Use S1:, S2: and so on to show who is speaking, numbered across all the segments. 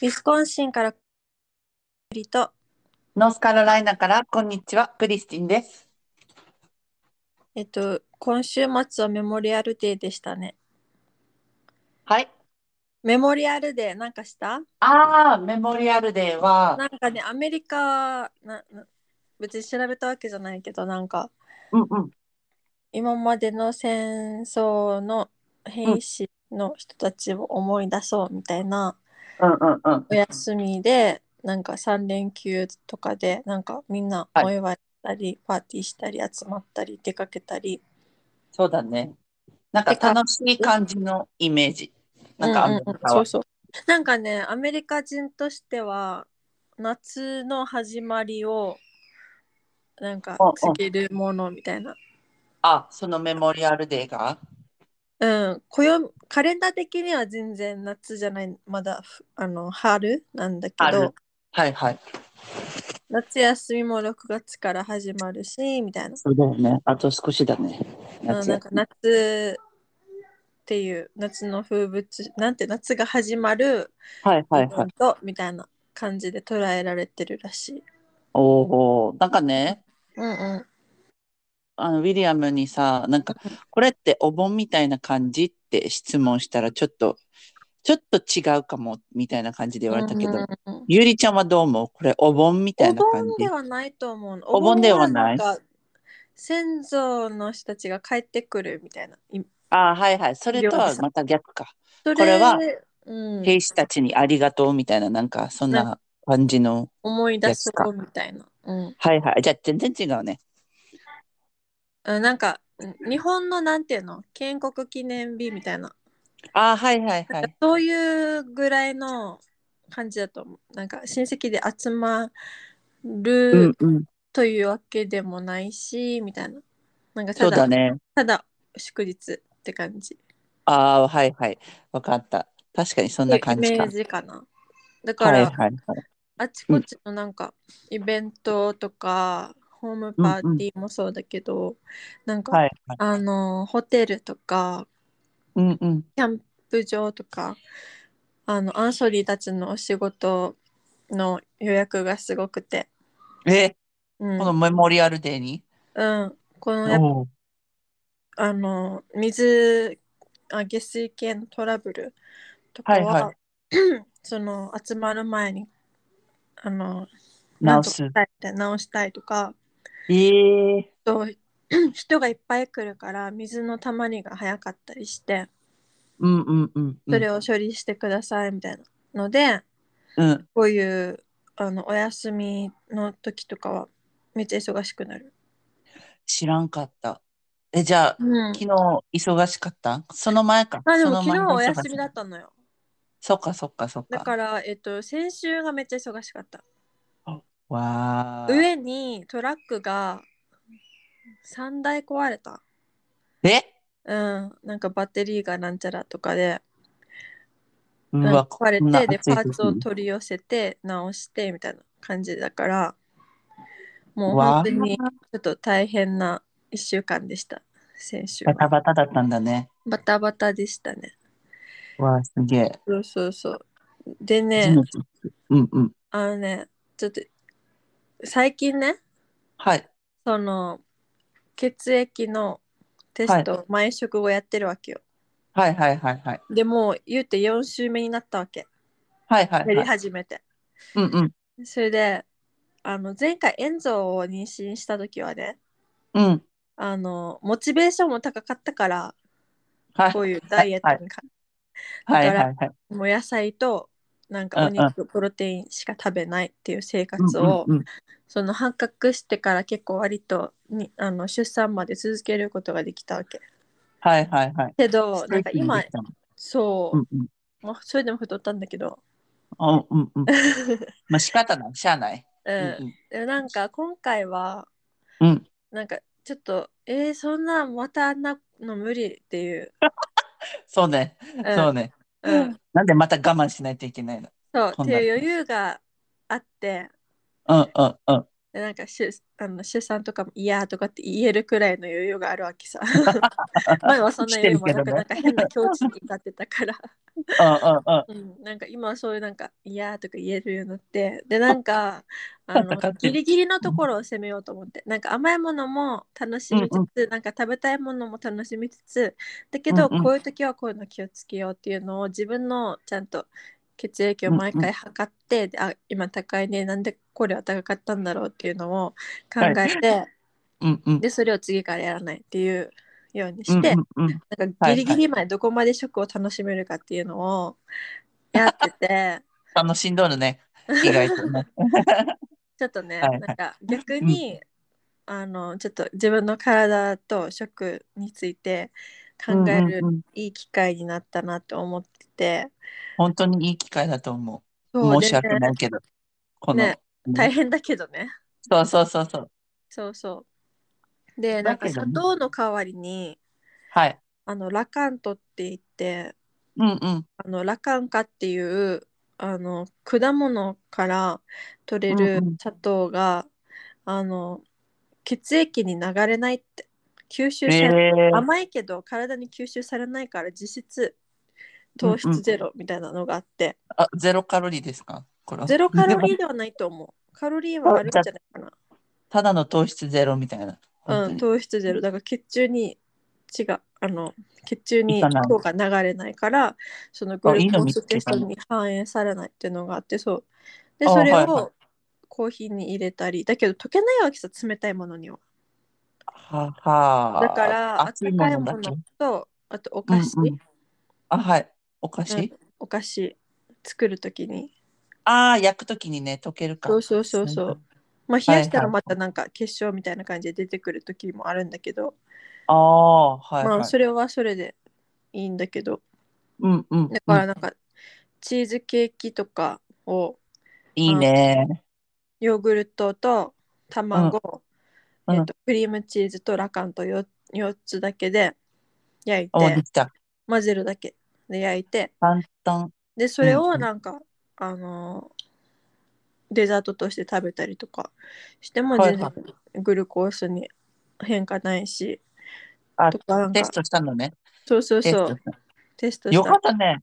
S1: ウィスコンシンから栗と
S2: ノースカロライナから、こんにちは、クリスティンです。
S1: えっと今週末はメモリアルデーでしたね
S2: はい。
S1: メモリアルデーなんかした
S2: ああ、メモリアルデーは、
S1: なんかねアメリカなな別に調べたわけじゃないけどなんか
S2: うんうん。
S1: 今までの戦争の兵士の人たちを思い出そうみたいな
S2: うんうんうん。
S1: お休みでなんか3連休とかでなんかみんなお祝いしたり、パーティーしたり集まったり出かけたり
S2: そうだね。なんか
S1: てか
S2: 楽しい感じのイメージ。なんかア
S1: うんう
S2: メ
S1: ん
S2: リ
S1: うん
S2: カ
S1: そ
S2: は
S1: う。そうなんかねアメリカ人としては夏の始まりをなんか
S2: うんうん
S1: 告げるものみたいな
S2: あ、そのメモリアルデーが
S1: うん暦カレンダー的には全然夏じゃないまだふあの春なんだけど
S2: 春はいはい。
S1: 夏休みも6月から始まるしみたいな
S2: そうだよね。あと少しだね。
S1: うんなんか夏っていう夏の風物なんて夏が始まる
S2: はいはい
S1: イ
S2: は
S1: ベ
S2: い
S1: ン。トみたいな感じで捉えられてるらしい。
S2: おお、なんかね、
S1: うんうん
S2: あの、ウィリアムにさ、なんか、これってお盆みたいな感じって質問したら、ちょっと、ちょっと違うかも、みたいな感じで言われたけど、
S1: うんうん
S2: ゆりちゃんはどう思うこれお盆みたい
S1: お
S2: な感
S1: 盆
S2: じ
S1: で。はないと思うの。
S2: お盆ではない
S1: お盆はんか先祖の人たちが帰ってくるみたいな。い
S2: ああ、はいはい。それと
S1: 両
S2: は
S1: 方さ
S2: また逆か。
S1: それ
S2: これは
S1: うん、
S2: 兵士たちにありがとうみたいな、なんかそんな感じの。
S1: 思い出そ
S2: やつか
S1: うみたいな。うん
S2: はいはい。じゃあ全然違うね。
S1: あ、なんかうん日本のなんていうの建国記念日みたいな。
S2: ああ、はいはいは
S1: なんか
S2: い。
S1: そういうぐらいの感じだと思う。なんか親戚で集ま
S2: う
S1: る
S2: んうん。
S1: というわけでもないし、みたいな。なんか
S2: そ
S1: た
S2: う
S1: だ
S2: だね。
S1: ただ祝日って感じ。
S2: ああ、はいはい。わかった。確かにそんな感じ
S1: イメ
S2: か。
S1: ー
S2: はい
S1: ジかな。だか
S2: は
S1: ら、
S2: いはい。
S1: あちこちのなんかイベントとか、ホームパーティーもそうだけど、なんか、
S2: はいはい。
S1: あのホテルとか
S2: うんうん。
S1: キャンプ場とかあのアンソリーたちのお仕事の予約がすごくて、
S2: え、
S1: うん
S2: このメモリアルデーに
S1: うん、このやっぱ
S2: おー
S1: あの水あ下水系のトラブルとかは、
S2: はいは
S1: その集まる前にあの
S2: 直す
S1: なんとかしたいって直したいとか
S2: ええ。
S1: と 人がいっぱい来るから水のたまりが早かったりして
S2: うんうんうんうん。
S1: それを処理してくださいみたいなので、
S2: うん。
S1: こういうあのお休みの時とかはめっちゃ忙しくなる。
S2: 知らんかった。え、じゃあ、
S1: うん
S2: 昨日忙しかったその前か。
S1: あでも
S2: その
S1: 昨
S2: 前
S1: 日
S2: が
S1: はお
S2: 忙し
S1: 休み
S2: い
S1: だったのよ。
S2: そっかそっかそっ
S1: だ
S2: か。
S1: から、えっと、先週がめっちゃ忙しかった。
S2: わー。
S1: 上にトラックが3台壊れた。
S2: え
S1: うん、なんかバッテリーがなんちゃらとかで、
S2: う
S1: うん
S2: わ、
S1: 壊れ
S2: こんな
S1: てで
S2: 暑
S1: パ
S2: い
S1: ー
S2: 時
S1: ツを取り寄せて直してみたいな感じだからもう本
S2: わ
S1: 当にち
S2: ー。
S1: ょっと大変な1週間でした先週
S2: バタバタだったんだね。
S1: バタバタでしたね
S2: わー、すげえ。
S1: そうそうそうで
S2: 初
S1: ね
S2: めてうんうん。
S1: あのねちょっと最近ね
S2: はい。
S1: その血液のテスト、毎食後やってるわけよ
S2: はいはいはいはい。
S1: でもう言うて4週目になったわけ
S2: はいは
S1: や
S2: い
S1: り
S2: はい。
S1: 始めて
S2: うんうん。
S1: それであの前回エンゾを妊娠した時はね
S2: うん。
S1: あのモチベーションも高かったから
S2: はい
S1: こ。ういうダイエットにか、
S2: は
S1: だ
S2: い
S1: から
S2: はいはい。
S1: もう野菜となんかお
S2: うん
S1: 肉プロテインしか食べないっていう生
S2: うん
S1: 活を
S2: うんうん
S1: その発覚してから結構割とにあの出産まで続けることができたわけ
S2: はいはいはい。
S1: けど
S2: スト
S1: な
S2: レ
S1: ん
S2: ー
S1: か
S2: トに
S1: 今
S2: できたの
S1: そうう、
S2: んうん。
S1: まあ、それでも太ったんだけど、
S2: あうんうん。まあ仕方ない。しゃあない。
S1: う
S2: うんん
S1: で、なんか今回は
S2: うん。うん。
S1: なんかちょっとえー、そんなまたあんなの無理っていう、
S2: そうね。
S1: うん
S2: そうね。
S1: うん、
S2: なんでまた我慢しないといけないの
S1: そう
S2: こ
S1: っ
S2: ん
S1: て
S2: なの
S1: いう余裕があって
S2: うんうんうん。
S1: でなんかしゅあの主さんとかも「いや」とかって言えるくらいの余裕があるわけさ 前はそんな余裕もなく、なんか変な境地に立ってたから、
S2: うんうんうん。
S1: うん、なんか今はそういうなんか「いや」とか言えるようになってでなんかあの
S2: 戦っ
S1: ギ
S2: てる
S1: リギリのところを攻めようと思ってなんか甘いものも楽しみつ
S2: うん
S1: つ、なんか食べたいものも楽しみつつだけど、
S2: うんうん
S1: こういう時はこういうの気をつけようっていうのを自分のちゃんと血液を毎回測って、であ今高いねなんでこれは高かったんだろうっていうのを考えて、
S2: うんうん。
S1: でそれを次からやらないっていうように
S2: う
S1: し
S2: ん
S1: て、
S2: うんうん。
S1: なん
S2: は
S1: か
S2: い
S1: ギリギリまでどこまで食を楽しめるかっていうのをやってて
S2: 楽しんどるね。意外とね。
S1: ちょっとね、
S2: はいはい
S1: なんか逆に、あのちょっと自分の体と食について考える
S2: うんうんうん
S1: いい機会になったなと思ってて、
S2: 本当にいい機会だと思う。
S1: そう
S2: 申し
S1: でね
S2: 訳ないけど。この。
S1: ね大変だけどね
S2: そうそうそうそう。
S1: そうそうでなん
S2: だけ
S1: か
S2: ど
S1: 砂
S2: ね
S1: 糖の代わりに
S2: はい。
S1: あのラカントって言って
S2: うんうん。
S1: あのラカンカっていうあの果物から取れ
S2: う
S1: る
S2: んうん
S1: 砂糖が、あの血液に流れないって吸収され、
S2: えー
S1: 甘いけど体に吸収されないから実質糖
S2: うんう
S1: 質
S2: ん
S1: ゼロみたいなのがあって、
S2: あ、ゼロカロリーですかこれは
S1: ゼロカロリーではないと思うカロリーはあるんじゃないか
S2: ただの糖質ゼロみたいな。
S1: な、う
S2: 本当
S1: ん、
S2: に
S1: 糖質ゼロだから血中に血があの血中に
S2: いかない
S1: 糖が流れないからそのグ
S2: あい
S1: ル
S2: いの
S1: コー
S2: 見
S1: ス
S2: つけ
S1: テス
S2: た
S1: ト
S2: ね
S1: に反映されないっていうのがあってそうで
S2: あ
S1: それ
S2: はいはい
S1: をコーヒーに入れたりだけど溶けないわけさ冷たいものには
S2: はは
S1: だから
S2: 熱
S1: 温
S2: いも
S1: かい
S2: のだ
S1: も
S2: け。
S1: のとあとお菓子、
S2: うんうんあ、はい。お菓子、
S1: うんお菓子作るときに
S2: ああ、焼くときにね、溶けるか。
S1: そうそうそうそう。まあ冷やしたらまたなんか結晶みたいな感じで出てくる時もあるんだけど、
S2: ああ、はい、はい。
S1: まあそれはそれでいいんだけど
S2: うんうん、
S1: だか
S2: う
S1: ら
S2: ん。
S1: なんかチーズケーキとかを
S2: いいね。
S1: ヨーグルトと卵、
S2: うんうん
S1: えっとクリームチーズとラカンと 4, 4つだけで焼い
S2: お、で
S1: て
S2: きた。
S1: 混ぜるだけで焼いて
S2: 簡単。
S1: でそれ
S2: うんう
S1: を
S2: ん
S1: なんか、あのデザートとして食べたりとかしても
S2: はい
S1: 全
S2: は
S1: 然
S2: い
S1: グルコースに変化ないし、
S2: あ
S1: とかなん
S2: テ
S1: か
S2: ストしたのね。
S1: そうそう
S2: テス
S1: そ
S2: ト
S1: う
S2: した。
S1: テスト
S2: よ
S1: し
S2: か
S1: た
S2: ったね。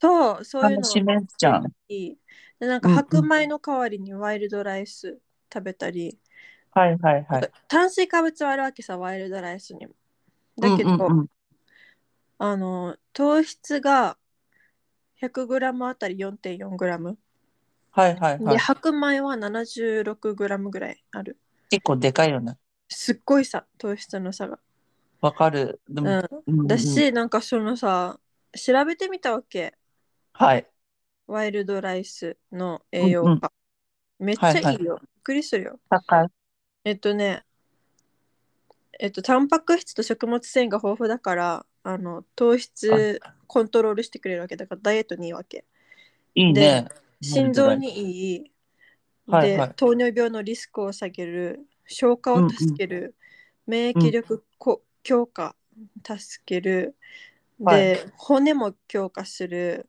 S1: そうそういう
S2: 楽
S1: の
S2: しめんじゃん。
S1: いでなんか
S2: うんうん
S1: 白米の代わりにワイルドライス食べたり、
S2: はいはいは
S1: なん
S2: い。
S1: か炭水化物はあるわけさワイルドライスにもだけど、
S2: うんうんうん、
S1: あの糖質が 100g あたり 4.4g
S2: はいはいは
S1: で
S2: い。
S1: 白米は 76g ぐらいある
S2: 結構でかいよね。
S1: すっごいさ糖質の差が、
S2: わかる。で
S1: う
S2: も、
S1: ん、
S2: うんうん
S1: だし、なんかそのさ調べてみたわけ
S2: はい。
S1: ワイルドライスの栄養価、めっちゃいいよ、
S2: はいはい
S1: びっくりするよ
S2: 高い。
S1: えっとねえっとタンパク質と食物繊維が豊富だからあの糖質コントロールしてくれるわけだからダイエットにいいわけ
S2: いいね。
S1: 心臓にいい、
S2: はい
S1: で、
S2: はい
S1: 糖尿病のリスクを下げる消化を助ける、免疫力こ強化助ける、で、骨も強化する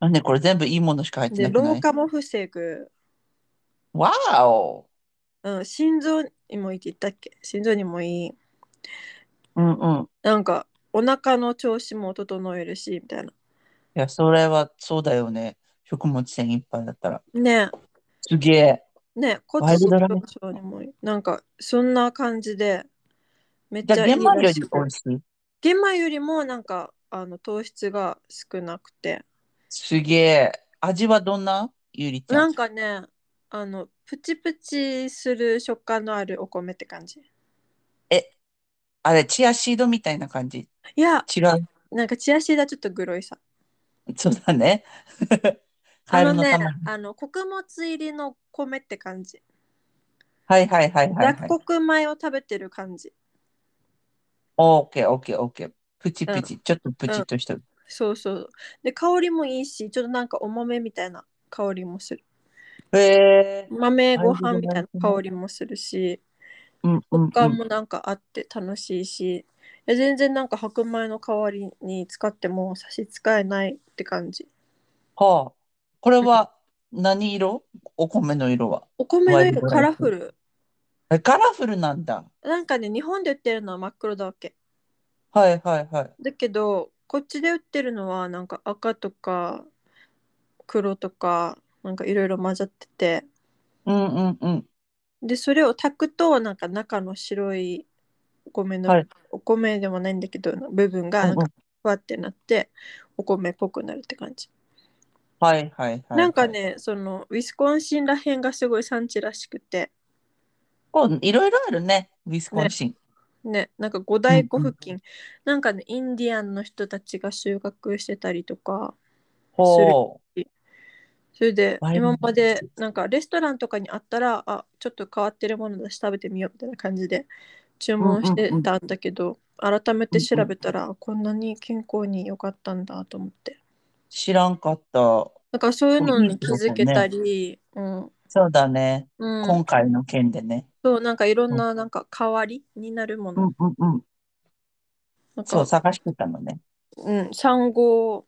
S2: なんでこれ全部いいものしか入って
S1: で
S2: なくな
S1: 老
S2: い
S1: 化も防ぐ、
S2: わーお
S1: うん、心臓にもいいって言ったっけ心臓にもいい
S2: うんうん。
S1: なんかお腹の調子も整えるしみたいない
S2: や、それはそうだよね。食物繊維いっぱいだったら。
S1: ね
S2: すげえ。
S1: ね骨
S2: ワイ
S1: 粗
S2: ルドライ
S1: 鬆症にもいいなんかそんな感じでめっ
S2: じ
S1: ち
S2: ゃ
S1: ゃ
S2: あ、
S1: いい
S2: 玄米よ
S1: ら
S2: り
S1: しく
S2: 美味しい。
S1: 玄米よりもなんかあの糖質が少なくて
S2: すげえ。味はどんなゆりちゃ。
S1: なんんかねあのプチプチする食感のあるお米って感じ
S2: あれ、チアシードみたいな感じ。
S1: いや
S2: 違う。
S1: なんかチアシーダちょっとグロいさ
S2: そうだね。カ
S1: あ
S2: エル
S1: の
S2: の
S1: ね
S2: 卵。
S1: あの穀物入りの米って感じ
S2: はいはいはいはい、はい
S1: 雑。穀米を食べてる感じ
S2: オーケーオーケーオーケー。プチプチ、ちょっとプ
S1: う
S2: チ
S1: ん
S2: っとした。
S1: そうそうで香りもいいしちょっとなんか重めみたいな香りもする
S2: へえ。
S1: 豆ご飯みたいな香りもするし
S2: うんうんう
S1: 食
S2: ん。
S1: 感もなんかあって楽しいし、いや全然なんか白米の代わりに使っても差し支えないって感じ
S2: はあ。これは何色お米の色は。
S1: お米の色カラフル。
S2: えカラフルなんだ。
S1: なんかね、日本で売ってるのは真っ黒だわけ。
S2: はいはいはい。
S1: だけど、こっちで売ってるのはなんか赤とか黒とかなんかいろいろ混ざってて、
S2: うんうんうん。
S1: で、それを炊くとなんか中の白いお米の、
S2: はい
S1: お米でもないんだけど、部分がなん
S2: うんう
S1: か
S2: ん
S1: ふわってなって、お米っぽくなるって感じ。
S2: はいはいはいはい。
S1: なんか。ね、そのウィスコンシンらへんがすごい産地らしくて、
S2: こういろいろあるね、ウィスコンシン。
S1: ね、なんか五大湖
S2: うんうん
S1: 付近、なんかね、インディアンの人たちが収穫してたりとか、
S2: ほう。
S1: それで
S2: ワイルド
S1: 今までなんかレストランとかにあったら、あ、ちょっと変わってるものだし食べてみようみたいな感じで注文してたんだけど、改めて調べたら、こんなに健康に良かったんだと思って。
S2: 知らんかった。
S1: だからそういうのに気づけたり、うん、
S2: そうだね。
S1: うん
S2: 今、回の件でね。
S1: そう、なんかいろんななんか代わりになるもの、
S2: んうんうん。
S1: なん
S2: そう、
S1: か、
S2: 探してたのね。
S1: うん、産後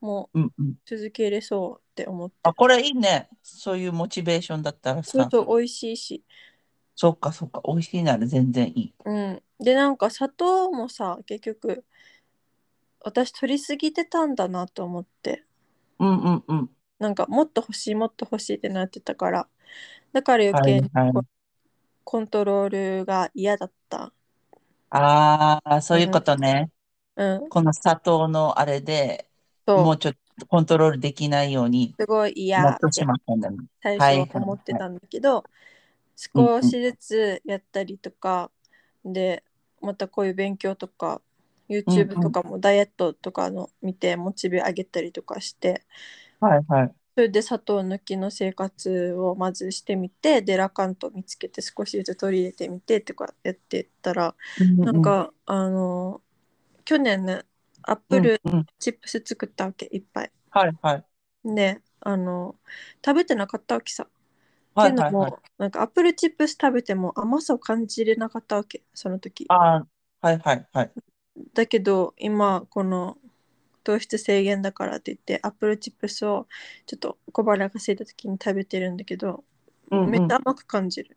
S1: も
S2: うんうん。
S1: 続けれそうって思って。
S2: あ、これいいね。そういうモチベーションだったら
S1: そう
S2: さ。
S1: そう、美味しいし。
S2: そうかそうか。美味しいなら全然いい。
S1: うん。で、なんか砂糖もさ、結局、私取りすぎてたんだなと思って。
S2: うんうんうん。
S1: なんか、もっと欲しい、もっと欲しいってなってたから。だから余
S2: はい
S1: 計
S2: はい。
S1: コントロールが嫌だった。
S2: ああ、そういうことね。
S1: うん。
S2: この砂糖のあれでも
S1: そう
S2: う。ちょっとコントロールできないように
S1: すごい嫌
S2: なっ
S1: って
S2: てしまったんだね。
S1: 最
S2: はいはい
S1: 初思ってたんだけど、少しずつやったりとか、でまたこういう勉強とか YouTube とかもダイエットとかの見てモチベ上げたりとかして
S2: はいはい。
S1: それで砂糖抜きの生活をまずしてみてでラカント見つけて少しずつ取り入れてみてとかやってったら、
S2: うん
S1: なんかあの去年ねアッ
S2: うん、
S1: プル
S2: うんうん
S1: チップス作ったわけいっぱい。
S2: はいはい。
S1: ねあの食べてなかったわけさ。っ
S2: は
S1: て
S2: い
S1: いうの
S2: はい
S1: も、
S2: はい。
S1: なんかアップルチップス食べても甘さを感じれなかったわけその時
S2: ああ、はいはいはい。
S1: だけど今この糖質制限だからって言ってアップルチップスをちょっと小腹が空いた時に食べてるんだけど、
S2: うんうん
S1: めっちゃ甘く感じる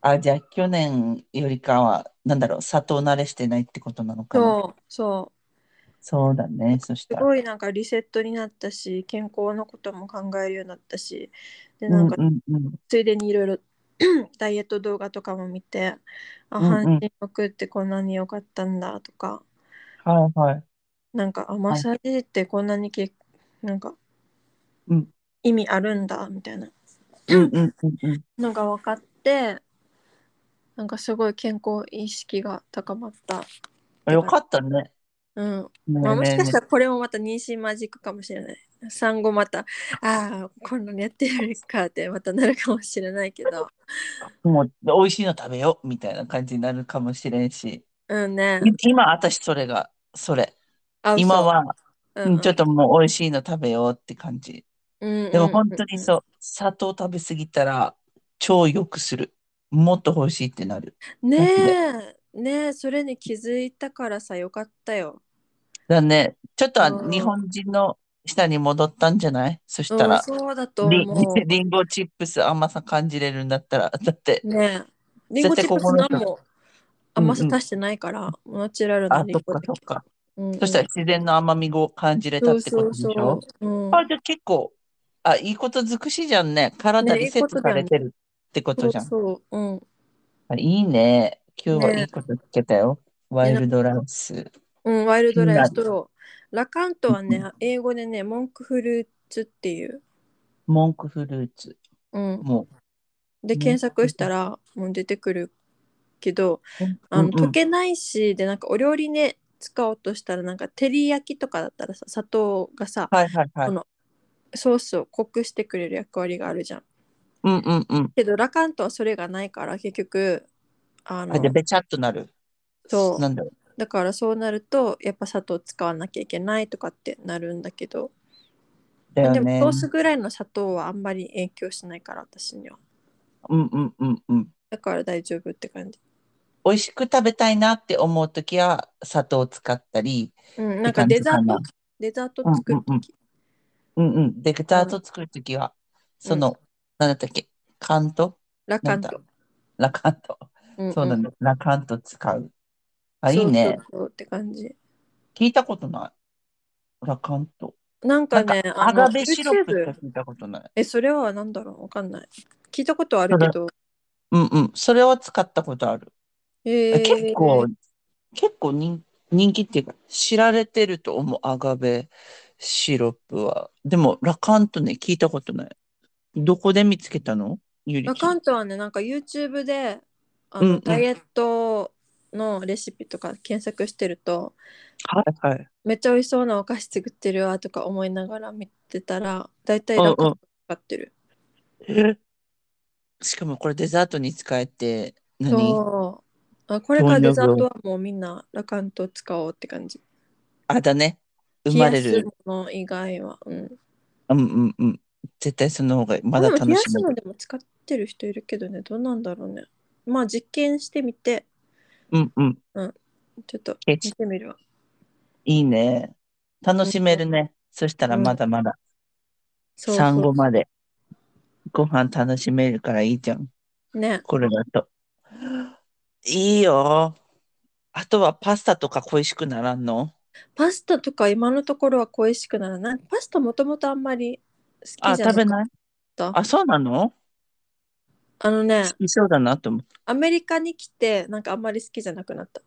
S2: あ、じゃあ去年よりかは、なんだろう、砂糖慣れしてないってことなのかな。
S1: そうそ
S2: そうだね。そし
S1: う
S2: た
S1: す
S2: ら。
S1: ごいなんかリセットになったし健康のことも考えるようになったしでなんか
S2: うんうんうん。
S1: ついでにいろいろ ダイエット動画とかも見てあ
S2: うんうん
S1: 半身浴ってこんなに良かったんだとか
S2: はいはい。
S1: なんか、あ、マッサージってこんなにけ、なんか、
S2: うん
S1: 意味あるんだ、みたいな
S2: うんうんうんうん。
S1: のが分かって、なんかすごい健康意識が高まった。
S2: あよかったね。
S1: うん。
S2: ね
S1: まあ、
S2: え
S1: も
S2: ね
S1: し
S2: え
S1: か
S2: ね
S1: したらこれもまた妊娠マジックかもしれない。産後また、ああ、こんなにやってるかってまたなるかもしれないけど。
S2: えもう、美味しいの食べようみたいな感じになるかもしれんし。
S1: うんね。
S2: い今、私、それが、それ。
S1: あ
S2: 今、は、
S1: 嘘
S2: うんちょっともう美味しいの食べようって感じ。
S1: うんうん、
S2: でも本当に
S1: う
S2: そう、砂糖食べ過ぎたら超良くする。もっと欲しいってなる。
S1: ん。ねえ、ねえ、それに気づいたからさ、よかったよ。
S2: だね、ちょっとは
S1: うん
S2: 日本人の舌に戻ったんじゃないそした
S1: うん、
S2: ら、
S1: そうだと
S2: り
S1: 思う。
S2: リンゴチップス甘さ感じれるんだったら、だって、
S1: ねえ。リンゴチップス
S2: 絶対ここの人
S1: 何も甘さ足してないから、ナチュラルな
S2: あ、
S1: リ
S2: そ
S1: ン
S2: っ
S1: ゴだ
S2: か
S1: け
S2: そっか。
S1: うんうん
S2: そしたら自然の甘みを感じれたってことでし
S1: そう
S2: ょ
S1: そうそう。うん
S2: あ、じゃあ結構、あ、いいこと尽くしじゃんね。体
S1: ね
S2: リセットされてるってことじゃん。
S1: そうそう。うん。
S2: あいいね。今日は
S1: ね
S2: いいこと聞けたよ。ワイルドラウス。
S1: うん、ワイルドライス
S2: 気に
S1: と、ラカントは
S2: う
S1: ね、英語でね、モンクフルーツっていう。
S2: モンクフルーツ。
S1: うん。
S2: も
S1: で、
S2: うん
S1: 検索したら、もう出てくるけど、
S2: う。
S1: あの、
S2: うんうん
S1: 溶けないし、で、なんかお料理ね、使おうとしたら、なんか照り焼きとかだったらさ、砂糖がさ、
S2: はいはいはい
S1: こ。のソースを濃くしてくれる役割があるじゃん。
S2: うんうんうん。
S1: けどラカントはそれがないから結局あの
S2: あ、じゃあべちゃっとなる。
S1: そう
S2: なんだろう。
S1: だからそうなるとやっぱ砂糖使わなきゃいけないとかってなるんだけど、
S2: だよ
S1: でも
S2: ね
S1: ソ。ースぐらいの砂糖はあんまり影響しないから私には
S2: うんうんうんうん。
S1: だから大丈夫って感じ、
S2: 美味しく食べたいなって思うときは砂糖を使ったり、
S1: うん、なんかデザー
S2: って感じ
S1: ト
S2: かな
S1: デザート作る
S2: うんうん
S1: 時
S2: うんうん。で、デザート作るときはその、なんだったっけ、カント
S1: ラカント。
S2: ラカント。そうだ
S1: んん
S2: ね。ラカント使う。あ、いいね。
S1: そうそうそうって感じ。
S2: 聞いたことない。ラカント。
S1: なんかね、
S2: なんか
S1: あ
S2: ア
S1: の
S2: ガベシロップし
S1: YouTube
S2: か聞いたことない。
S1: え、それはなんだろうわかんない。聞いたことはあるけど。
S2: うんうん。それは使ったことある。
S1: えー、
S2: 結構、結構人人気っていうか、知られてると思う、アガベシロップは。でも、ラカントね、聞いたことない。どこで見つけたのゆり
S1: ラ
S2: ちゃ
S1: カ
S2: ん。
S1: ントはね、なんか YouTube であ
S2: うんう
S1: の
S2: ん
S1: ダイエットのレシピとか検索してると、
S2: はいはい。
S1: めっちゃ美味しそうなお菓子作ってるわとか思いながら見てたら、だいたいラカント使ってる。
S2: しかもこれデザートに使えて、何
S1: そう。あこれからデザートはもうみんなラカント使おうって感じ。
S2: あだね。生
S1: 冷
S2: ま
S1: や
S2: れ
S1: し
S2: る。
S1: 物以外は。うん。
S2: うんうんうん。絶対その方がまだ
S1: でも
S2: 楽
S1: 冷や
S2: し
S1: し
S2: め
S1: 物
S2: る。
S1: でも使ってる人いるけどね、どうなんだろうね。まあ実験してみて、
S2: うんうん。
S1: ちょっと
S2: ケ
S1: 見
S2: チ。
S1: てみるわ。
S2: いいね。楽しめるね。そしたらまだまだ
S1: そうそう
S2: 産後までご飯楽しめるからいいじゃん。
S1: ね。
S2: これだと。いいよ。あとはパスタとか恋しくならんの
S1: パスタとか今のところは恋しくならない。パスタもともとあんまり好き
S2: あ、
S1: じゃな
S2: 食
S1: か
S2: べ
S1: っ
S2: ない
S1: た。
S2: あ、そうなの
S1: あのね
S2: 好、きそうだなと思って。
S1: アメリカに来て、なんかあんまり好きじゃなくなった。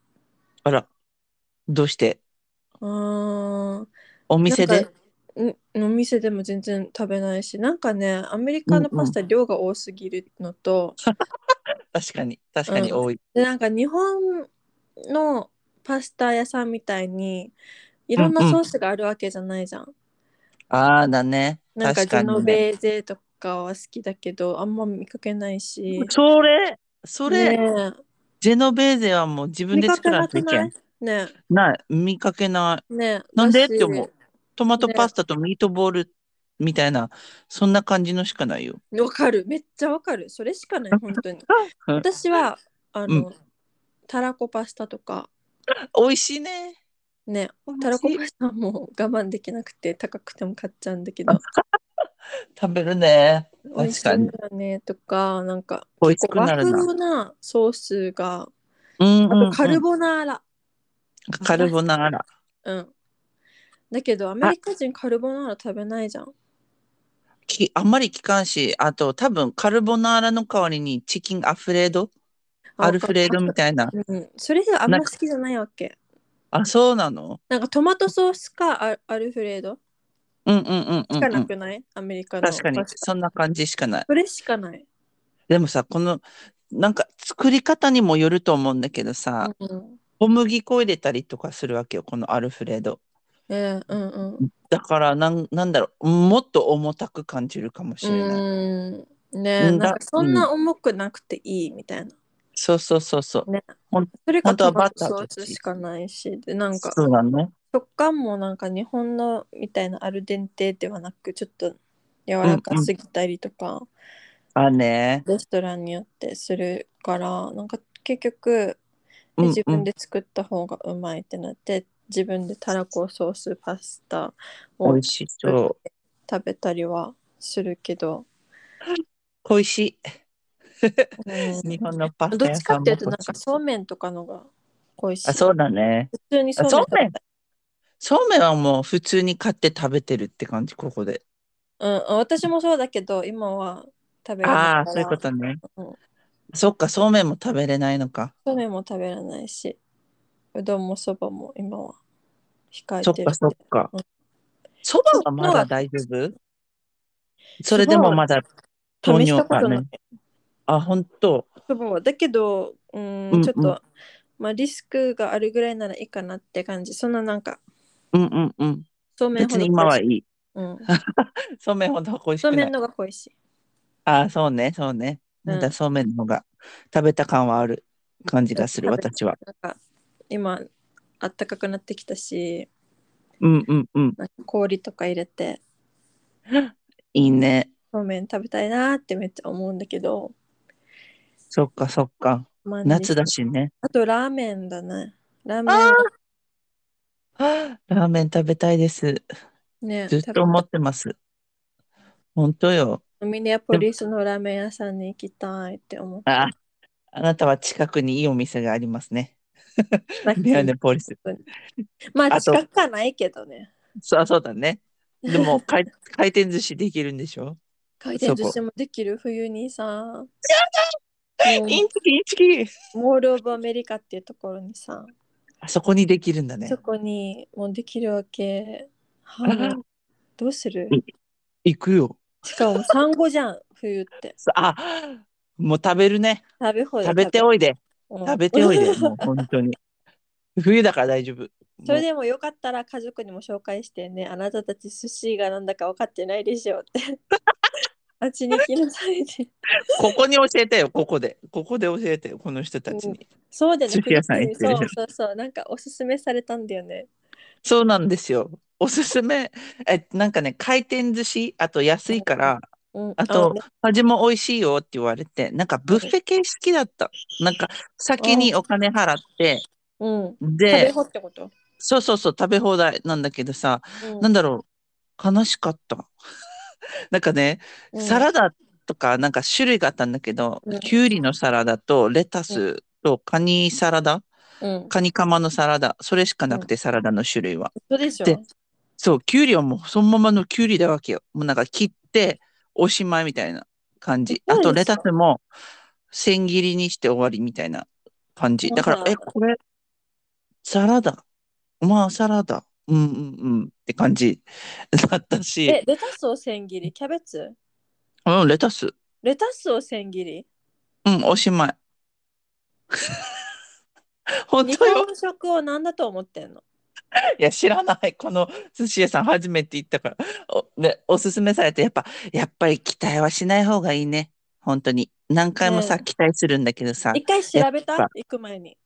S2: あら、どうして
S1: うーん。
S2: お店
S1: なん
S2: で
S1: かんお店でも全然食べないし、なんかね、アメリカのパスタ量が多すぎるのと、
S2: 確かに、確かに多い。
S1: でなんか日本のパスタ屋さんみたいにいろんなソースがあるわけじゃないじゃん。
S2: ああ、だね。
S1: なんか
S2: 確
S1: ジ
S2: か
S1: ェノ
S2: にね。
S1: ベーゼとかは好きだけど、あんま見かけないし。
S2: それ、それ、
S1: ね
S2: ジェノベーゼはもう自
S1: え
S2: 分
S1: 見
S2: で
S1: か
S2: 作
S1: け
S2: ら
S1: なん
S2: と
S1: く
S2: いけ
S1: なんい。ね
S2: ない、見かけない。
S1: えねえ
S2: なんで
S1: だし
S2: って思う。トマト
S1: ね
S2: パスタとミートボールみたいな、そんな感じのしかないよ。
S1: わかる。めっちゃわかる。それしかない、本当に。私は、あの、たらこパスタとか、
S2: 美味しいね。
S1: ね、
S2: 美
S1: た
S2: 味
S1: ら
S2: し
S1: こ
S2: い
S1: パスタも我慢できなくて、高くても買っちゃうんだけど。
S2: 食べるね。
S1: 美味し
S2: 確
S1: い
S2: か
S1: ん
S2: に。
S1: だよねとか、なんか
S2: 美味
S1: 結
S2: し
S1: 構
S2: くな
S1: 和
S2: るな
S1: 風なソースが、
S2: うん
S1: あ
S2: うん、う
S1: と
S2: ん。
S1: カルボナーラ。
S2: カルボナーラ。
S1: うん。だけどアメリカ人カルボナーラ食べないじゃん。
S2: きあんまり聞かんし、あと多分カルボナーラの代わりにチキンアフレード
S1: あ
S2: アルフレードみたいな。
S1: うん。それがあんま好きじゃないわけ。
S2: あ、そうなの
S1: なんかトマトソースかアアルフレード
S2: うんうんうんう
S1: し
S2: ん、
S1: か
S2: う。
S1: なんくない、アメリカの
S2: 確かに
S1: パ、スタ
S2: そんな感じしかない。
S1: それしかない。
S2: でもさ、この、なんか作り方にもよると思うんだけどさ、
S1: うん。
S2: 小麦粉入れたりとかするわけよ、このアルフレード。
S1: ええうんうん。
S2: だからなん、なんだろう、もっと重たく感じるかもしれない。
S1: うーん。ね
S2: うんだ
S1: なんかそんな重くなくていいみたいな。
S2: そうそうそうそう。
S1: ね
S2: ほん
S1: それか
S2: 本当
S1: ト
S2: は
S1: マ
S2: バ
S1: ト
S2: ター
S1: ソー
S2: と
S1: ス
S2: チー
S1: しかないし、で、なん
S2: ズ。
S1: か
S2: そうだね。
S1: 食感もなんか日本のみたいなアルデンテではなくちょっと柔らかすぎたりとか
S2: あね。
S1: レストランによってするからなんか結局
S2: うん
S1: 自
S2: う
S1: 分
S2: ん。
S1: で作った方がうまいってなって自分でたらこソースパスタ
S2: 美
S1: を
S2: 味し
S1: 作っ
S2: そう。
S1: て食べたりはするけど、
S2: 恋しい。
S1: う
S2: 日本のパ
S1: ん、
S2: ス
S1: どっ
S2: タ屋
S1: ちか
S2: さ
S1: っ
S2: ん
S1: てい
S2: も
S1: うとなんか
S2: 恋しい。
S1: そうめんとかのが恋しい
S2: あ、そうだね。
S1: 普通に
S2: あ
S1: そうめん
S2: そう
S1: 食べ
S2: めん、
S1: たい、
S2: そうめんはもう普通に買って食べてるって感じ、ここで。
S1: うん、私もそうだけど今は食べれない
S2: ああ、
S1: か
S2: そういう
S1: ら、
S2: ことね。
S1: うん
S2: そっか、そうめんも食べれないのか。
S1: そうめんも食べらないし、うどんもそばも今は控え
S2: そってか、
S1: る。
S2: そっか
S1: うん。
S2: そばはまだ大丈夫それでもま
S1: そ
S2: だ
S1: ばは
S2: 糖
S1: 試した
S2: 尿
S1: こ
S2: あ
S1: とない
S2: ね。あ、本当。
S1: そばはだけど、う、
S2: うんん
S1: ちょっ
S2: うん。
S1: と、まあ、リスクがあるぐらいならいいかなって感じ。そんななんか、
S2: うんうんうん。
S1: そうめん
S2: 別
S1: ほど
S2: に今
S1: 恋
S2: はい
S1: しい。
S2: い。
S1: うん、
S2: そうめんほど恋し
S1: そう
S2: く
S1: め
S2: なんい。
S1: のが恋しい。
S2: ああ、そうね、そうね。
S1: う
S2: ま
S1: ん、
S2: だそうめんの方が食べた感はある感じがする、
S1: 食べた
S2: 私は。
S1: なんか、今、あったかくなってきたし、
S2: うんうんうん。
S1: なんか氷とか入れて、
S2: いいね。
S1: そうめん食べたいなってめっちゃ思うんだけど、
S2: そっかそっか。
S1: まあリ
S2: 夏
S1: ス
S2: だしね。
S1: あと、ラーメンだね。ラーメン
S2: あ
S1: 屋が
S2: あ、ラーメン食べたいです。
S1: ね、
S2: ずっ
S1: 食べ
S2: と思ってます。本当よ。
S1: ミネアポリスのラーメン屋さんに行きたいって思って。
S2: あ、あなたは近くにいいお店がありますね。
S1: ラッキ
S2: ミア
S1: ー
S2: ネポリス。
S1: まあ
S2: あと
S1: 近くはないけどね。
S2: そう、そうだね。でも、 回回転寿司できるんでしょ
S1: 回転寿司もできる冬にさ。もう
S2: インチキ、インチキ
S1: モール・オブ・アメリカっていうところにさ、
S2: あそこにできるんだね
S1: そ。こにもうできるわけ。は
S2: あ
S1: い、どうする
S2: うん行くよ。
S1: しかも産後じゃん、冬って。
S2: さあ、もう食べるね。
S1: 食べ放題
S2: 食べておいで。
S1: うん
S2: 食べておいで。もう本当に。冬だから大丈夫。
S1: それでもよかったら家族にも紹介してね、あなたたち寿司がなんだか分かってないでしょって。 あっちに来なさいで。
S2: ここに教えてよ、ここで。ここで教えてよ、この人たちに。
S1: そうだよね、
S2: 寿司屋さん行ってる
S1: そうそうそう、なんかおすすめされたんだよね。
S2: そうなんですよ。おすすめ、え、なんかね、回転寿司、あと安いから、
S1: うん、
S2: あと
S1: のね、
S2: 味も美味しいよって言われて、なんかブッフェ系好きだった。なんか先にお金払って、
S1: うん、食べ
S2: で、
S1: 放ってこと、
S2: そうそうそう、食べ放題なんだけどさ、
S1: うん
S2: なんだろう、悲しかった。 なんかね、
S1: うん
S2: サラダとかなんか種類があったんだけど
S1: うん、
S2: きゅうりのサラダとレタスとカニサラダ、
S1: うん、
S2: カニカマのサラダ、それしかなくてサラダの種類は。
S1: そうでしょ
S2: でそう、キュウリはもうそのままのキュウリだわけよ。もうなんか切っておしまいみたいな感じ。
S1: え
S2: あ
S1: そう
S2: と
S1: で
S2: レ
S1: すか
S2: タスも千切りにして終わりみたいな感じ。だか
S1: そ
S2: ら
S1: う、なんだ
S2: え、これ、サラダ。まあ、サラダ。うんうんうんって感じだったし
S1: え、、レタスを千切り、キャベツ
S2: うん、レタス。
S1: レタスを千切り
S2: うん、おしま い。本
S1: 日
S2: 当よ。
S1: 本食を何だと思ってんの
S2: いや、知らない。この寿司屋さん初めて行ったから。お、ね、おすすめされて、やっぱ、やっぱり期待はしない方がいいね。本当に。何回もさ、
S1: ね
S2: 期待するんだけどさ、
S1: 一回調べた
S2: やっぱ
S1: 行く前に。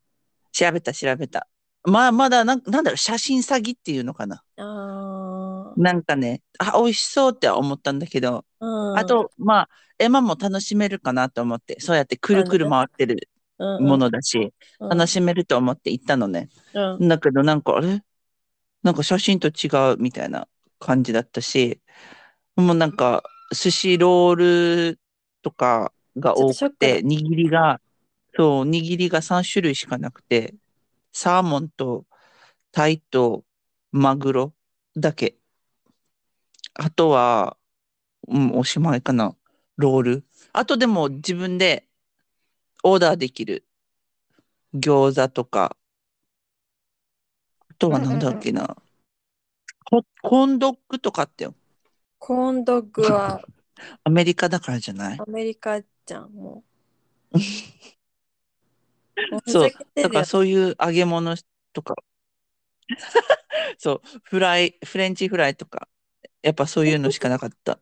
S2: 調べた調べた。まあ、まだなん、なんだろう、写真詐欺っていうのかな。
S1: あー
S2: なんかね、あ、美味しそうって思ったんだけど、
S1: うん、
S2: あと、まあ、エマも楽しめるかなと思って、そうやってくるくる回ってる
S1: うんうん
S2: ものだし、
S1: うん
S2: 楽しめると思って行ったのね。
S1: うん
S2: だけどなんかあれなんか写真と違うみたいな感じだったし、もうなんか寿司ロールとかが多
S1: ちょっ
S2: く
S1: とショ
S2: て、握りが、そう、握りが3種類しかなくて、サーモンとタイとマグロだけ。あとは、うん、おしまいかな。ロール。あとでも自分でオーダーできる餃子とか、あとはなんだっけな。ココンドッグとかあってよ。
S1: コーンドッグは
S2: アメリカだからじゃない
S1: アメリカじゃん、もう。も
S2: そ
S1: ふざ
S2: う
S1: けて
S2: だ
S1: る
S2: から
S1: よ
S2: そういう揚げ物と か。そう、フライ、フレンチフライとか。やっぱそういうのしかなかった。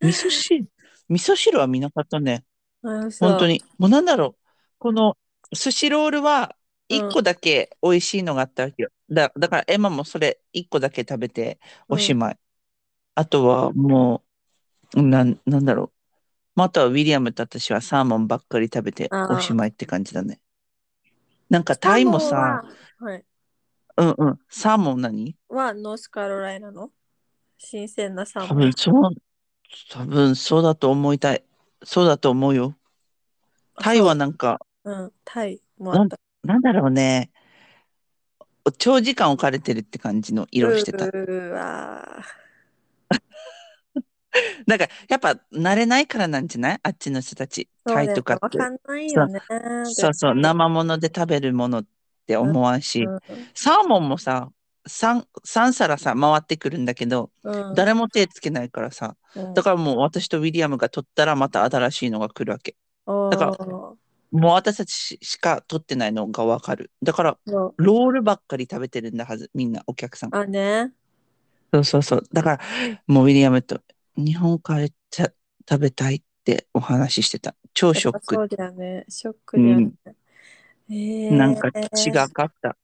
S2: 味噌汁、味噌汁は見なかったね。
S1: うんそう
S2: 本当に。もうなんだろう。この寿司ロールは1個だけ美味しいのがあったわけよ。だだからエマもそれ1個だけ食べておしまい。あとはもう、なん、なんだろう。まあ、あとはウィリアムと私はサーモンばっかり食べて
S1: あー
S2: おしまいって感じだね。なんか
S1: サーモン
S2: タイもさ、
S1: は、はい、
S2: うんうん、サーモン何
S1: はノースカロライナの新鮮なサー
S2: 多
S1: モン
S2: 分。そう、多分そうだと思いたい。そうだと思うよ。タイはなんか、
S1: そう、うん、タイもあった。
S2: なんだろうね。長時間置かれてるって感じの色してた
S1: う。ーわー
S2: なんか、やっぱ慣れないからなんじゃないあっちの人たち。
S1: そう
S2: タ
S1: だ
S2: イ
S1: よね
S2: とか
S1: わ
S2: って。
S1: かんないよね。
S2: そうそう、生物で食べるものって思わんし。サーモンもさ、3、三皿さ、回ってくるんだけど、
S1: うん、
S2: 誰も手つけないからさ。だからもう私とウィリアムが取ったらまた新しいのが来るわけ。
S1: ら
S2: だからもう私たちししか取ってないのがわかる。だから、
S1: そう
S2: ロールばっかり食べてるんだはず、みんな、お客さん。
S1: あね。
S2: そうそうそう。だから、もうウィリアムと日本からちゃ食べたいってお話ししてた。超ショッ
S1: や
S2: ク。
S1: っぱそうだよね。ショックだよね。えー
S2: なんか違かった。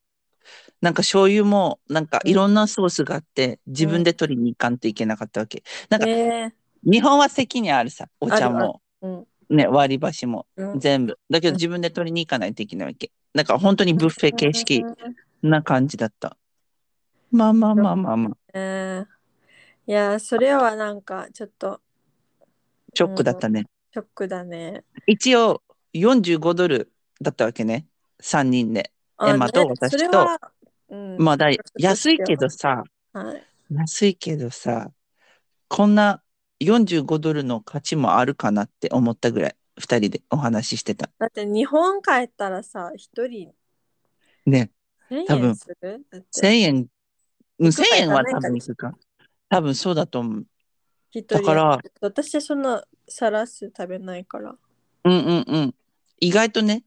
S2: なんか醤油も、なんかいろんなソースがあって、自分で取りに行かんといけなかったわけ。なんか
S1: ね
S2: 日本は席にあるさ、お茶も、
S1: うん
S2: ね、割り箸も、
S1: うん
S2: 全部。だけ
S1: うん
S2: ど自分で取りに行かないといけないわけ。なんか本当にブッフェ形式な感じだった。まあまあまあまあまあ。
S1: えーいや、それはなんかちょっと
S2: ショックだったね。
S1: ショックだね。
S2: 一応、45ドルだったわけね。3人で。エマと
S1: ね
S2: 私と
S1: それは、うん
S2: まあ、だい
S1: 価格としては
S2: 安いけどさ、
S1: はい、
S2: 安いけどさ、こんな45ドルの価値もあるかなって思ったぐらい、2人でお話ししてた。
S1: だって日本帰ったらさ、一人
S2: ね、多
S1: 1000
S2: 分
S1: 円するだって
S2: 1000円、うん、
S1: いく
S2: 1000
S1: かい
S2: 円
S1: か
S2: は
S1: ない
S2: 多
S1: か
S2: 分いくか。多分そうだと思う。
S1: 一人
S2: だから、
S1: 私はそんなサラス食べないから。
S2: うんうんうん。意外とね、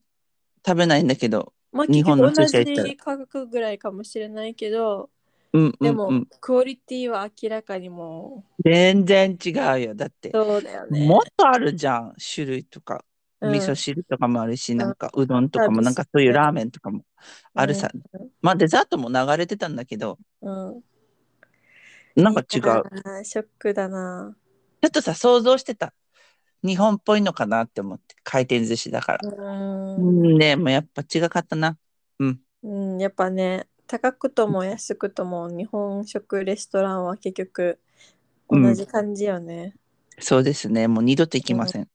S2: 食べないんだけど、
S1: まあ、結
S2: 日本
S1: 局
S2: の
S1: 同
S2: 寿司屋行ったら
S1: じ価格ぐらいかもしれないけど、
S2: うんうん、うん。
S1: でも、クオリティは明らかにも
S2: 全然違うよ。だって
S1: う、そうだよね。
S2: もっとあるじゃん、種類とか。
S1: うん
S2: 味噌汁とかもあるし、
S1: ん
S2: なんかうどんとか
S1: サービ
S2: も、
S1: ス
S2: なんかそういうラーメンとかもあるさ。
S1: うん
S2: まあデザートも流れてたんだけど、
S1: うん、
S2: なんか
S1: い
S2: 違う。ちょ
S1: やー。ショックだな。
S2: っとさ、想像してた。日本っぽいのかなって思って、回転寿司だから。
S1: うん、
S2: うん、でもやっぱ違かったな。
S1: うん、やっぱね、高くとも安くとも日本食レストランは結局同じ感じよね。
S2: そうですね。もう二度と行きません。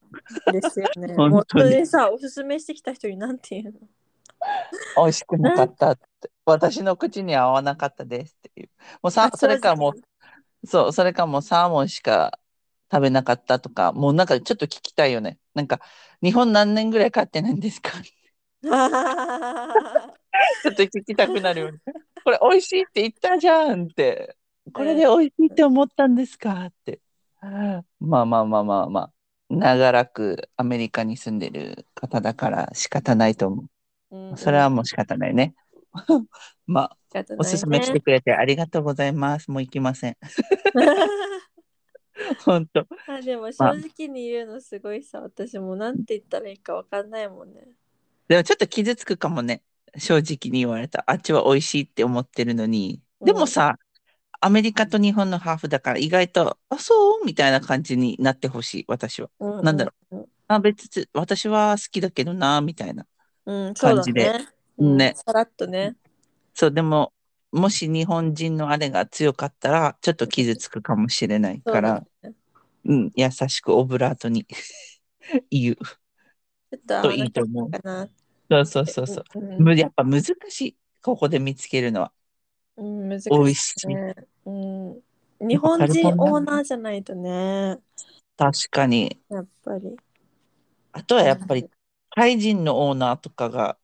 S1: ですよね。
S2: 本当に
S1: もうそれでさ、おすすめしてきた人になんて言うの
S2: 美味しくなかったって。私の口には合わなかったですっていう。もうさ
S1: あ
S2: それかも
S1: 正
S2: う、そう、それかもうサーモンしか食べなかったとか、もうなんかちょっと聞きたいよね。なんか、日本何年ぐらい飼ってないんですか
S1: あ
S2: ちょっと聞きたくなるよね。これ美味しいって言ったじゃんって。これで美味しいって思ったんですかって。まあまあまあまあまあ。長らくアメリカに住んでる方だから仕方ないと思
S1: ー
S2: う。それはもう仕方ないね。 まあ、
S1: 仕方ないね
S2: おすすめしてくれてありがとうございます。もう行きません。 本当。
S1: あでも正直に言うのすごいさ、私もなんて言ったらいいかわかんないもんね。
S2: でもちょっと傷つくかもね。正直に言われた。あっちは美味しいって思ってるのに。
S1: うん
S2: でもさ、アメリカと日本のハーフだから意外と、あ、そうみたいな感じになってほしい、私は。
S1: う
S2: なんだろ
S1: う。
S2: あ、別、私は好きだけどな、みたいな。
S1: うん、そうだ
S2: 感じで
S1: ね。うん
S2: ね
S1: さらっとね。
S2: そう、でも、もし日本人のあれが強かったら、ちょっと傷つくかもしれない
S1: そ
S2: か
S1: うだ
S2: ら
S1: ね、ちょ
S2: うん、優しくオブラートに 言う
S1: っと合
S2: と
S1: わ
S2: い
S1: ない
S2: と思う。
S1: かな。
S2: そうそうそうそう。
S1: うん
S2: むやっぱ難しい。ここで見つけるのは。
S1: うん、難しい、
S2: 美味しい。
S1: ね。うん。日本人オーナーじゃないとね、
S2: 確かに。
S1: やっぱり。
S2: あとはやっぱりタイ人のオーナーとかが、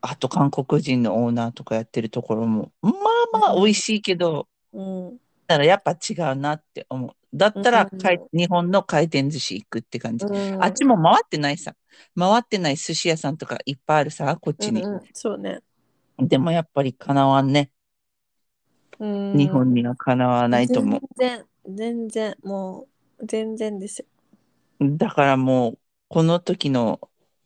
S2: あと韓国人のオーナーとかやってるところも、まあまあ美味しいけど、
S1: うん。
S2: だからやっぱ違うなって思う。だったら
S1: うん
S2: 回日本の回転寿司行くって感じ。
S1: うん
S2: あっちも回ってないさ。回ってない寿司屋さんとかいっぱいあるさ、こっちに
S1: う。んうん、そうね。
S2: でもやっぱりかなわんね。
S1: うん、
S2: 日本にはかなわないと思う。
S1: 全然、全然、もう、全然ですよ。
S2: だからもう、この時の、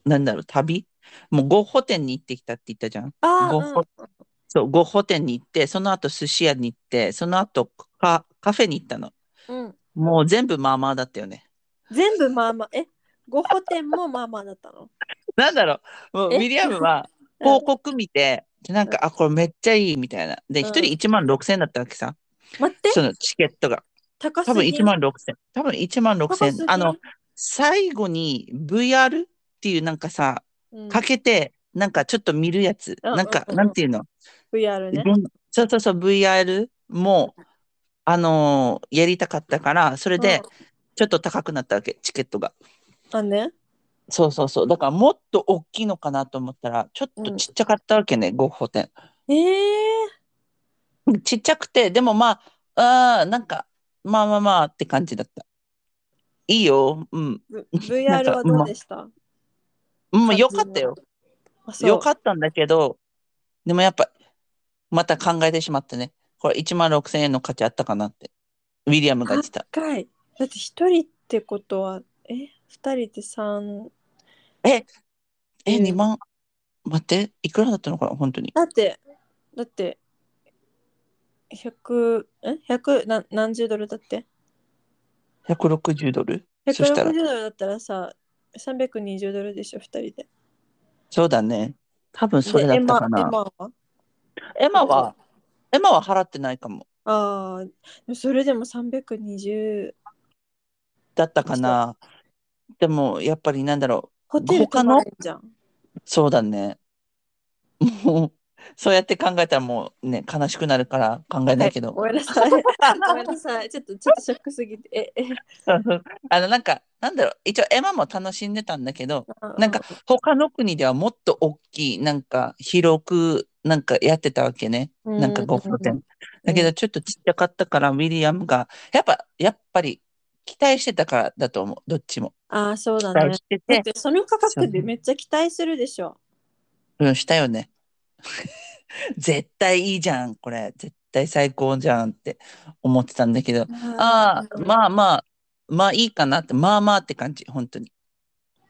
S2: なんだろう、旅もうゴッホ店に行ってきたって言ったじゃん。
S1: あ
S2: ゴッホ
S1: あ、
S2: そう、ゴッホ店に行って、その後寿司屋に行って、その後カカフェに行ったの。
S1: うん、うん。
S2: もう全部まあまあだったよね。
S1: 全部まあまあ、え、ゴッホ店もまあまあだったの。
S2: なんだろう、もう
S1: え
S2: ウィリアム は
S1: うん
S2: 広告見て、なんか、あ、これめっちゃいいみたいな。で、
S1: うん
S2: 一人1万6千だったわけさ、
S1: 待って、
S2: そのチケットが。
S1: 高す
S2: 多分
S1: ぎ
S2: 1万6千。多分1万6
S1: 高すぎ
S2: 千。あの、、最後に VR っていうなんかさ、
S1: うん、
S2: かけて、なんかちょっと見るやつ。
S1: うん
S2: なんか、
S1: うんうん
S2: なんていうの
S1: VR ね。
S2: 現そうそうそう、VR も、あのーやりたかったから、それでちょっと高くなったわけ、チケットが。
S1: うん、あ、ね。
S2: そうそうそう。だからもっと大きいのかなと思ったら、ちょっとちっちゃかったわけね、ゴッホ展。
S1: ええ
S2: ちっちゃくて、でもまあ、あーなんか、まあまあまあって感じだった。いいよ。うん。
S1: ー、
S2: なん
S1: VR
S2: か
S1: はどうでした
S2: もうよかったよ。
S1: あそう
S2: よかったんだけど、でもやっぱ、また考えてしまったね。これ1万6千円の価値あったかなって。ウィリアムが言ってた。
S1: 高い。だって一人ってことは、え、二人で三。
S2: え、
S1: うん
S2: 2万、待って、いくらだったのかな、本当に。
S1: だって、だって、100、え ?100 な何十ドルだって
S2: 160ドルそしたら
S1: ?160 ドルだったらさ、320ドルでしょ、二人で。
S2: そうだね。多分それだ
S1: で
S2: っ
S1: エ
S2: た
S1: マ
S2: か
S1: エ
S2: な。
S1: マは
S2: エマは、エマは払ってないかも。
S1: ああ、それでも320
S2: だったかな。でも、やっぱりなんだろ
S1: ホテル
S2: 他
S1: 泊
S2: の
S1: まれんじゃん。
S2: う。そうだね。もう、そうやって考えたらもうね、悲しくなるから考えないけど。
S1: ごめんなさい。ごめんなさい。ちょっと、ちょっとショックすぎて。え、え、
S2: あの、なんか、なんだろう。一応、エマも楽しんでたんだけど、
S1: あ
S2: なんか、他の国ではもっと大きい、なんか、広く、なんかやってたわけね。なんか5拠点。だけど、ちょっとちっちゃかったから、ウィリアムが、やっぱ、やっぱり、期待してたからだと思う。どっちも。
S1: ああ、そうだ
S2: 期
S1: ね
S2: 待。して
S1: だ
S2: て
S1: っ、てその価格でめっちゃ期待するでしょ。
S2: うん、したよね。 絶対いいじゃん、これ。絶対最高じゃんって思ってたんだけど、ああ、まあまあ、まあいいかなって、まあまあって感じ、本当に。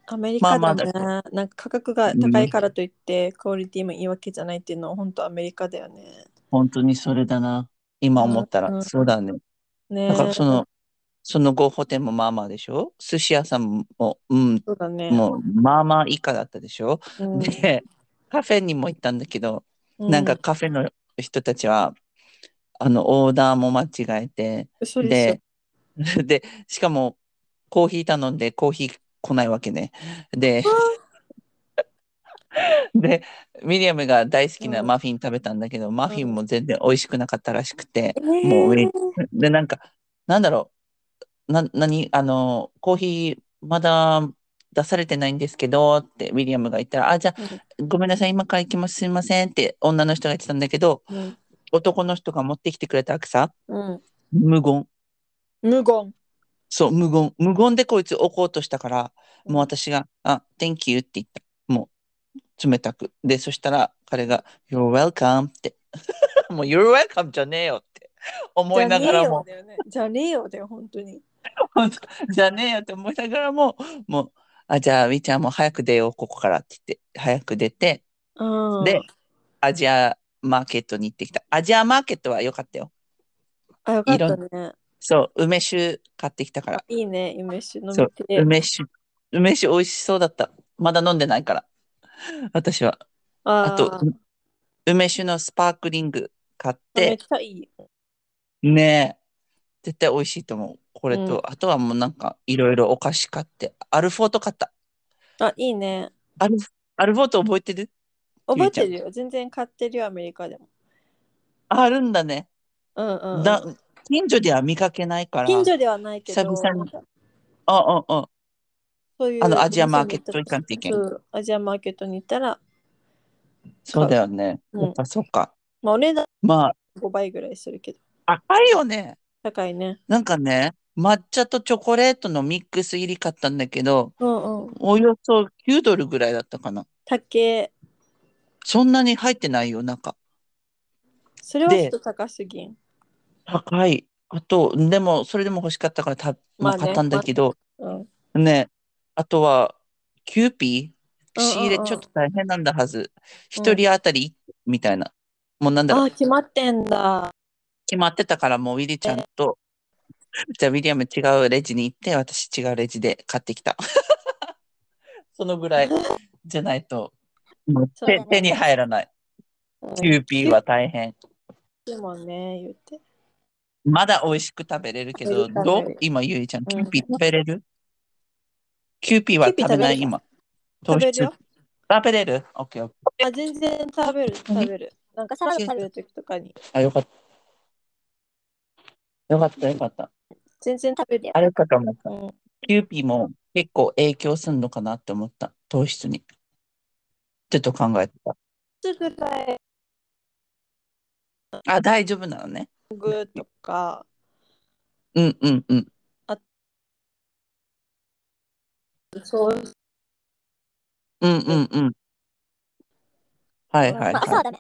S1: アメリカ
S2: ま
S1: だ
S2: あま
S1: ね。
S2: あ
S1: なんか価格が高いからといって、クオリティもいいわけじゃないっていうのは本当アメリカだよね。
S2: 本当にそれだな。今思った
S1: うんうん
S2: ら、そうだね。
S1: ね
S2: だからその、その合法店もまあまあでしょ寿司屋さんも、うん、
S1: そうだね。
S2: もうまあまあ以下だったでしょ
S1: うん
S2: で、カフェにも行ったんだけど、
S1: う
S2: なんか、カフェの人たちは、あの、オーダーも間違えて、
S1: 嘘でしょ
S2: で、で、 しかも、コーヒー頼んで、コーヒー来ないわけね。で、で、ミリアムが大好きな
S1: うん
S2: マフィン食べたんだけど、マフィンも全然美味しくなかったらしくて、
S1: えー
S2: もう上で、なんか、なんだろう、な、なに、あの、コーヒーまだ出されてないんですけど、ってウィリアムが言ったら、あ、じゃあ、ごめんなさい、今から行きます、すいませんって女の人が言ってたんだけど、
S1: うん
S2: 男の人が持ってきてくれたわけさ、
S1: うん
S2: 無言。
S1: 無言。
S2: そう、無言。無言でこいつ置こうとしたから、
S1: うん
S2: もう私が、あ、Thank you って言った。もう、冷たく。で、そしたら彼が、You're welcome って。 もう、You're welcome じゃねえよって思いながらも、
S1: じゃねえよだよね。じゃねえよだよ、本当に。
S2: 本当 じゃねえよって思いながらも、もう、あ、じゃあ、みーちゃんもう早く出よう、ここからって言って、早く出て、
S1: うん
S2: で、アジアマーケットに行ってきた。アジアマーケットは良かったよ。
S1: あ、よかっ
S2: い
S1: た
S2: ろ
S1: ね。
S2: そう、梅酒買ってきたから。
S1: いいね、梅酒飲み
S2: そう
S1: て。
S2: 梅酒、梅酒美味しそうだった。まだ飲んでないから。私は。あ
S1: あ
S2: と
S1: ー、
S2: 梅酒のスパークリング買っ、
S1: めってちゃいい。
S2: ねえ、絶対美味しいと思う。これ
S1: うん
S2: と、あとはもうなんか、いろいろお菓子買って、アルフォート買った。
S1: あ、いいね。
S2: アル、アルフォート覚えてる
S1: 覚えてるよ。全然買ってるよ、アメリカでも。
S2: あるんだね。
S1: うんうんうん。
S2: だ、近所では見かけないから。
S1: 近所ではないけど、
S2: 久々に
S1: なんか
S2: あ、あ、あ、
S1: そういう
S2: あのアジアマーケット行かん
S1: ん
S2: といけん
S1: アジアマーケットに行ったら、
S2: そうだよね。
S1: うん
S2: やっぱそうか。
S1: まあ、お値段
S2: ま
S1: 5倍ぐらいするけど、
S2: あ、高いよね。
S1: 高いね。
S2: なんかね、抹茶とチョコレートのミックス入り買ったんだけど、
S1: うんうん。
S2: およそ9ドルぐらいだったかな。
S1: 高え。
S2: そんなに入ってないよ、中。
S1: それは
S2: で
S1: ちょっと高すぎん。
S2: 高い。あと、でも、それでも欲しかったからた、
S1: まあね
S2: 買ったんだけど、
S1: うん。
S2: ね、あとは、キューピー
S1: うんうんうん
S2: 仕入れちょっと大変なんだはず。一人当たり、みたいな。もうなんだろう
S1: あ、決まってんだ。
S2: 決まってたから、もうウィリちゃんと、じゃあウィリアム違うレジに行って、私違うレジで買ってきた。 そのぐらいじゃないと、もう
S1: そうだ
S2: 手
S1: ね
S2: 手に入らない。キューピーは大変。
S1: でもね、言って。
S2: まだ美味しく食べれるけど、
S1: 食べれる
S2: ど
S1: 食べれ
S2: う
S1: る
S2: 今、ゆいちゃん、
S1: ん
S2: キューピー食べれるキューピーは
S1: キューピー
S2: 食べ
S1: 食べ
S2: な
S1: れ
S2: い
S1: る
S2: 今。
S1: 食べ
S2: 糖質
S1: るよ。
S2: 食べれるオッケーオッケ
S1: あ、全然食べる、食べる。なんかサラダ食べる時とかに、
S2: ー。あ、よかった。よかった、よかった。
S1: 全然食べるよ。
S2: あれかと思った。
S1: うん。
S2: キューピーも結構影響するのかなって思った。糖質に。ちょっと考えてた。
S1: ちょっとぐらい、
S2: あ、大丈夫なのね。
S1: グーとか、
S2: うんうんうん。
S1: そう、
S2: うんうんうん。はいはい
S3: まあ、朝は
S2: はい。
S3: ダメ。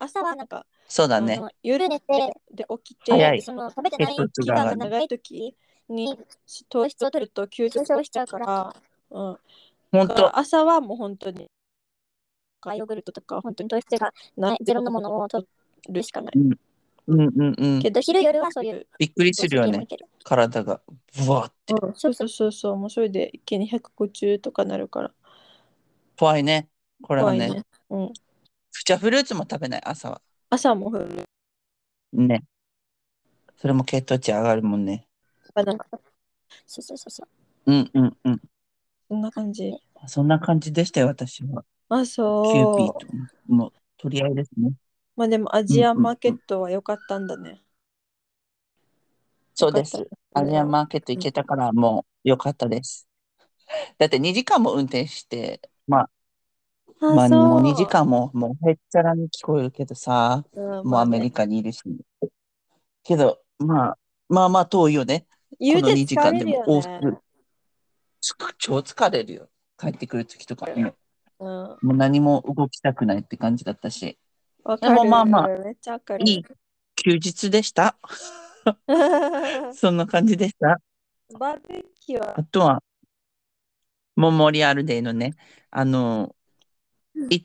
S1: 朝はなんか、
S2: そうだ
S1: あ
S2: ね。
S1: の夜寝て、で、起き
S2: 早い
S1: て、
S3: その食べてない
S2: 血
S3: 期
S2: 糖値が
S3: 間
S2: 上
S3: が
S2: がる
S3: 長
S1: 長
S3: い
S1: い時に糖質を取ると吸収
S3: 上昇
S1: し
S3: し
S1: ち
S3: ち
S1: ゃ
S3: ゃ
S1: う
S3: う
S1: か
S3: からら、
S1: うん、
S2: 本
S1: だ
S2: 当
S1: から朝はもう本当に
S3: ヨーグルトとか、本当に
S1: 糖
S3: 糖
S1: 質
S3: 質
S1: が
S3: が
S1: な
S3: ないい
S1: ゼ
S3: ゼ
S1: ロ
S3: ロ
S1: の
S3: の
S1: もの
S3: もの
S1: を
S3: を
S1: 取
S3: 取
S1: るしかない
S2: うんうんうん
S1: け。ど昼
S3: 昼
S1: 夜
S3: 夜
S1: は
S3: は
S1: そ
S3: そうう
S1: い
S3: いうう、
S2: びっくりするよね。体が。ぶわって。
S1: うん、そうそうそうそう、もうそれで一気に150とかなるから。
S2: 怖いね。これは
S1: 怖い
S2: ね。
S1: ね。うん、
S2: じゃあフルーツも食べない、朝は。
S1: 朝も降る。
S2: ね。それも血糖値上がるもんね。
S1: バナナ
S3: そうそうそうそう。
S2: うんうんうん。
S1: そんな感じ。
S2: そんな感じでしたよ、私は。
S1: あ、
S2: キューピー
S1: そう。
S2: と。もう取り合いですね。
S1: まあでもアジアンマーケットは良かったんだね。
S2: そうです。アジアマーケット行けたからもう良かったです。だって2時間も運転して、
S1: あ
S2: まあ
S1: そう
S2: もう2時間ももうへっちゃらに聞こえるけどさ、
S1: うん
S2: もうアメリカにいるし。けど、まあ、まあまあ遠いよね。
S1: 言う
S2: この
S1: て
S2: 2時間
S1: 疲れ
S2: で
S1: る
S2: も
S1: よ
S2: 往
S1: ね。
S2: 復つく超疲れるよ。帰ってくる時とかも、
S1: うん。
S2: もう何も動きたくないって感じだったし、
S1: わ
S2: で
S1: か
S2: も
S1: る。
S2: まあまあ
S1: めっちゃわかる。
S2: いい休日でした。
S1: バ
S2: そんな感じでした。
S1: ーベキューは
S2: あとは、モモリアルデーのね、あの、い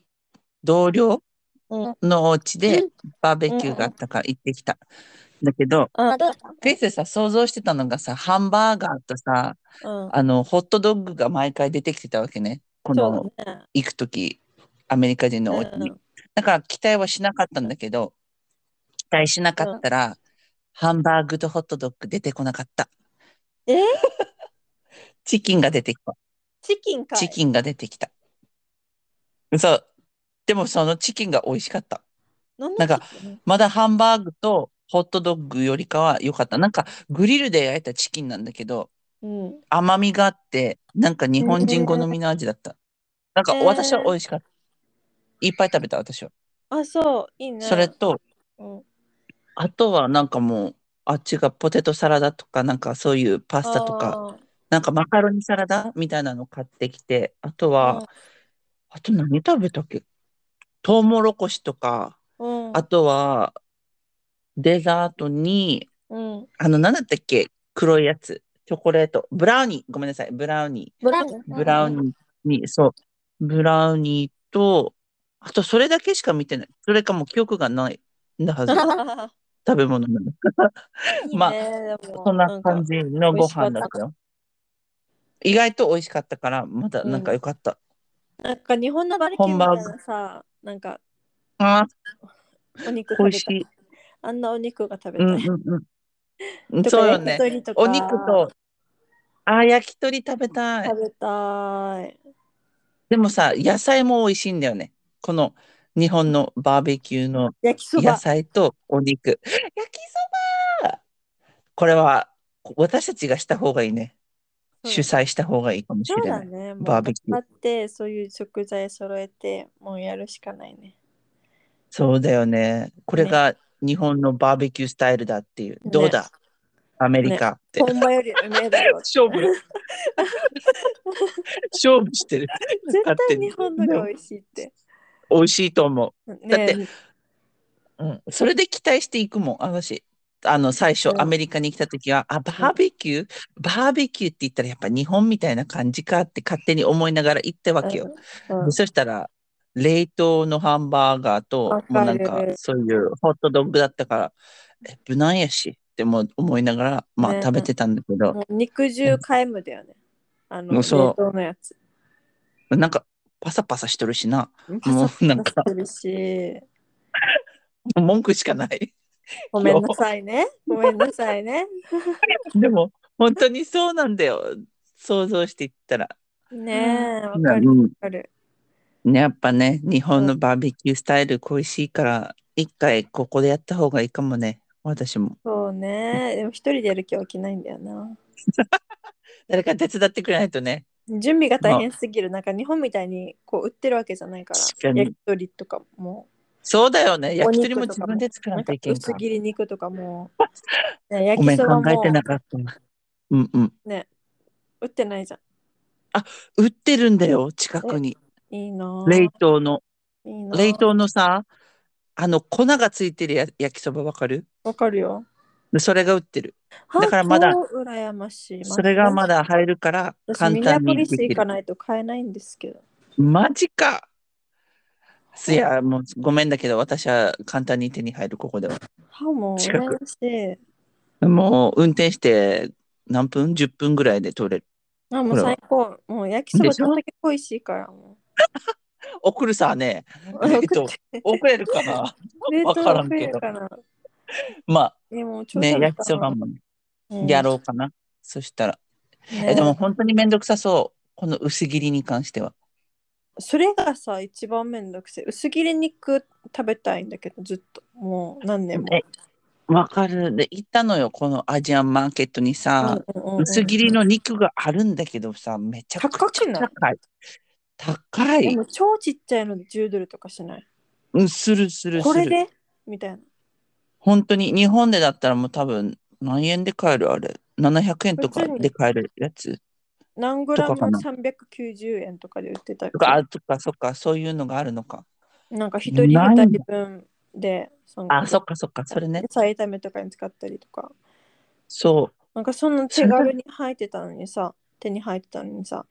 S2: 同僚
S1: うん
S2: のお家で
S3: う
S2: バーベキューがあったから行ってきた。だけど、
S1: うん
S3: あ、どうだった
S2: クリスさ、想像してたのがさ、ハンバーガーとさ、
S1: うん、
S2: あの、ホットドッグが毎回出てきてたわけね。この、
S1: そうだね。
S2: 行くとき、アメリカ人のお家に。だから期待はしなかったんだけど、期待しなかったら、ハンバーグとホットドッグ出てこなかった。
S1: え
S2: チキンが出てきた。
S1: チキンかい。
S2: チキンが出てきた。そう。でもそのチキンが美味しかった。
S1: 何の
S2: なんか
S1: チキン
S2: まだハンバーグとホットドッグよりかは良かった。なんかグリルで焼いたチキンなんだけど、
S1: うん、
S2: 甘みがあって、なんか日本人好みの味だった。なんか
S1: えー
S2: 私は美味しかった。いっぱい食べた私は。
S1: あ、そう、いいね。
S2: それと、
S1: うん、
S2: あとはなんかもう、あっちがポテトサラダとか、なんかそういうパスタとか、なんかマカロニサラダみたいなの買ってきて、あと
S1: あー。
S2: は、あと何食べたっけトウモロコシとか、
S1: うん、うん
S2: あとは、デザートに、
S1: うん、
S2: あの、何だったっけ黒いやつ。チョコレート。ブラウニー。ごめんなさい。ブラウニ
S3: ブラウン。
S2: ー。ブラウニーに、そう。ブラウニーと、あとそれだけしか見てない。それかもう記憶が ないんだはず。食べ物なの。 まあ
S1: いいねでも
S2: そんな感じのご飯だったよ。意外と美味しかったから、まだなんか良かった。
S1: なんかなんか日本のバーベキューみたいなさ、なんか
S2: あ
S1: お肉食
S2: 美
S1: べ
S2: 味した
S1: い
S2: い。
S1: あんなお肉が食べ
S2: う
S1: た
S2: んう
S1: い。
S2: んう
S1: と
S2: ん。
S1: か
S2: そうよ
S1: 焼き
S2: ね。
S1: 鳥とか
S2: お肉と、あー焼き鳥食べたい
S1: 食。べたい。
S2: でもさ、野菜も美味しいんだよね。この日本のバーベキューの
S1: 焼きそ
S2: 野
S1: ば。
S2: 菜とお肉。焼きそばこれは私たちがした方がいいね。主催した方がいいかもし
S1: そう
S2: れな
S1: だ
S2: い。
S1: ね。も
S2: バー
S1: う買
S2: ベキュー
S1: って、そういう食材揃えて、もうやるしかないね。
S2: そうだよね。これが日本のバーベキュースタイルだっていう。どうだアメリカって。。
S1: 本場よりうめえだろ
S2: 勝負。勝負してる。
S1: 絶
S2: 勝手
S1: 対
S2: に
S1: 日本のが美味しいって。
S2: 美味しいと思
S1: ね
S2: だってう。うん。それで期待していくもん、私。あの、最初
S1: う、ん
S2: アメリカに来た時は、あ、バーベキューバーベキューって言ったらやっぱ日本みたいな感じかって勝手に思いながら行ったわけよ。
S1: うん
S2: でそしたら、冷凍のハンバーガーと
S1: わ、
S2: もう
S1: か
S2: なん
S1: る
S2: か、そういうホットドッグだったから、え、無難やし、っても思いながら、まあ
S1: ね
S2: 食べてたんだけど、
S1: もう肉汁皆無だよね。あの、
S2: うん
S1: 冷
S2: そう
S1: 凍のやつ。
S2: なんか、パサパサしとるしな、
S1: パサ
S2: もうなん
S1: パサ
S2: か
S1: してるし。
S2: 文句しか ない。
S1: ごめんなさいね。ごめんなさいね。
S2: でも、本当にそうなんだよ。想像していったら。
S1: ねえ、わかるわ
S2: うん
S1: かる。
S2: ね、やっぱね、日本のバーベキュースタイル恋しいから、一回ここでやった方がいいかもね、私も。
S1: そうね。でも一人でやる気は起きないんだよな。
S2: 誰か手伝ってくれないとね。
S1: 準備が大変すぎる。なんか日本みたいにこう売ってるわけじゃないから。
S2: 確かに
S1: 焼き鳥とかも。
S2: そうだよね。
S1: お
S2: 焼き
S1: 肉
S2: 鳥も
S1: と
S2: 自
S1: かも
S2: 分で作ら
S1: なん
S2: なき
S1: か
S2: ゃいけん
S1: 薄
S2: か。
S1: 切り肉とか も。ね焼
S2: ごめ
S1: き
S2: ん、
S1: そ
S2: 考
S1: ば
S2: え
S1: も
S2: てなかった。うんうん。
S1: ね、売ってないじゃ
S2: 売ってるんだよ、近くに。
S1: ん。いいなぁ
S2: 冷凍の。
S1: いいなぁ
S2: 冷凍のさ、あの、粉がついてるや焼きそばわかる
S1: わかるよ。
S2: それが売ってる。だ
S1: だ
S2: からまだ
S1: 羨ましい。
S2: それがまだ入るから、
S1: 私
S2: 簡単に
S1: ミネアポリ
S2: で
S1: ス
S2: き
S1: 行か
S2: る。
S1: ないと買えないんですけど。
S2: マジか。いや、もうごめんだけど、私は簡単に手に入る、ここでは。
S1: 歯も
S2: 近く
S1: 羨ましい。
S2: もう運転して何分 ?10 分ぐらいで取れる。
S1: あ、もう
S2: これは
S1: 最高。もう焼きそば
S2: でしょ
S1: どんだけ恋しいから も
S2: 送るさね、
S1: う。
S2: えっと
S1: 送て
S2: 送れる かな
S1: 冷凍
S2: わからんけ
S1: 食
S2: ど
S1: えるかな。
S2: ま
S1: でもう
S2: あ
S1: 超
S2: ね、
S1: 食べた
S2: 焼きそばも
S1: うん
S2: やろうかな。そしたら、え、
S1: ね
S2: でも本当にめんどくさそう。この薄切りに関しては。
S1: それがさ一番めんどくせえ薄切り肉食べたいんだけどずっともう何年も、
S2: えわかる。で、行ったのよ。このアジアンマーケットにさ、
S1: うんうんうん
S2: 薄切りの肉があるんだけどさ、めちゃく
S1: 高
S2: ちゃ
S1: くない
S2: 高い。高
S1: で
S2: い。
S1: も超ちっちゃいので10ドルとかしない
S2: うん、するするする。
S1: これでみたいな
S2: 本当に日本でだったらもう多分何円で買えるあれ。700円とかで買えるやつ。
S1: 何グラム
S2: とかかな
S1: 390円とかで売ってた
S2: とか、あ、とか、そっか、そういうのがあるのか。
S1: なんか一人二人分でその
S2: あ、そっかそっか、それね
S1: 野。菜炒めとかに使ったりとか
S2: そ
S1: なんかそんな手軽に入ってたのにさ手に入ってたのにさ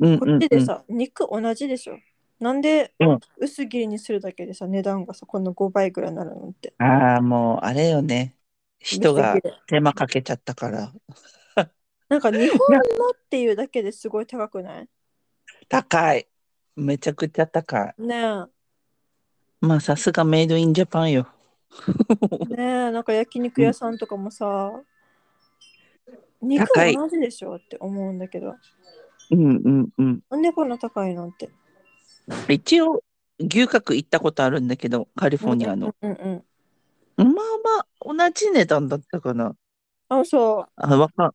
S2: う。うんうん、
S1: こ
S2: うん。
S1: っちでさ、肉同じでしょなんで
S2: うん
S1: 薄切りにするだけでさ値段がさこの5倍ぐらいになるのって
S2: ああ、もう、あれよね。人が
S1: ぶっちゃけ
S2: 手間かけちゃったから。
S1: なんか日本のっていうだけですごい高くない
S2: 高い。めちゃくちゃ高い。
S1: ねえ
S2: まあ、さすがメイドインジャパンよ。
S1: ねえなんか焼肉屋さんとかもさ、肉
S2: 高い
S1: 同じでしょって思うんだけど
S2: うんうんうん。
S1: なんでこんな高いのって
S2: 一応、牛角行ったことあるんだけど、カリフォルニアの。
S1: うんうん
S2: まあまあ、同じ値段だったかな。
S1: あそう
S2: あ、わかん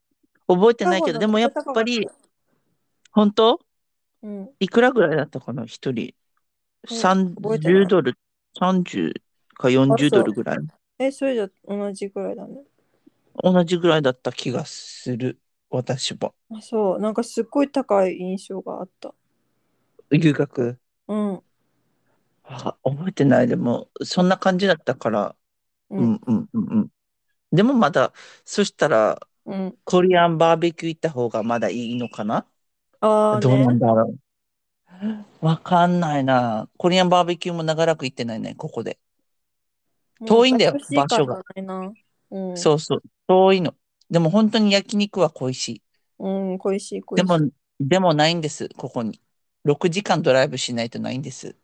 S2: 覚えてないけど、でもやっぱり、本当
S1: うん
S2: いくらぐらいだったかな一人。
S1: うん覚えてない
S2: 30ドル、30か40ドルぐらい。
S1: えそれじゃ同じぐらいだね
S2: 同じぐらいだった気がする、私は。
S1: あそうなんかすっごい高い印象があった
S2: 留学。
S1: うん
S2: あ覚えてない。でも、そんな感じだったから。
S1: う
S2: うんんうんうんうん。でもまだ、そしたら、
S1: うん
S2: コリアンバーベキュー行った方がまだいいのかな
S1: ああ
S2: どうなん
S1: ね
S2: だろう。わかんないな。コリアンバーベキューも長らく行ってないね、ここで。遠いんだよ
S1: もう楽しいから
S2: 場所が
S1: ないなうん
S2: そうそう、遠いの。でも本当に焼肉は恋しい。
S1: うん恋しい恋し
S2: で
S1: い
S2: も、でもないんです、ここに。6時間ドライブしないとないんです。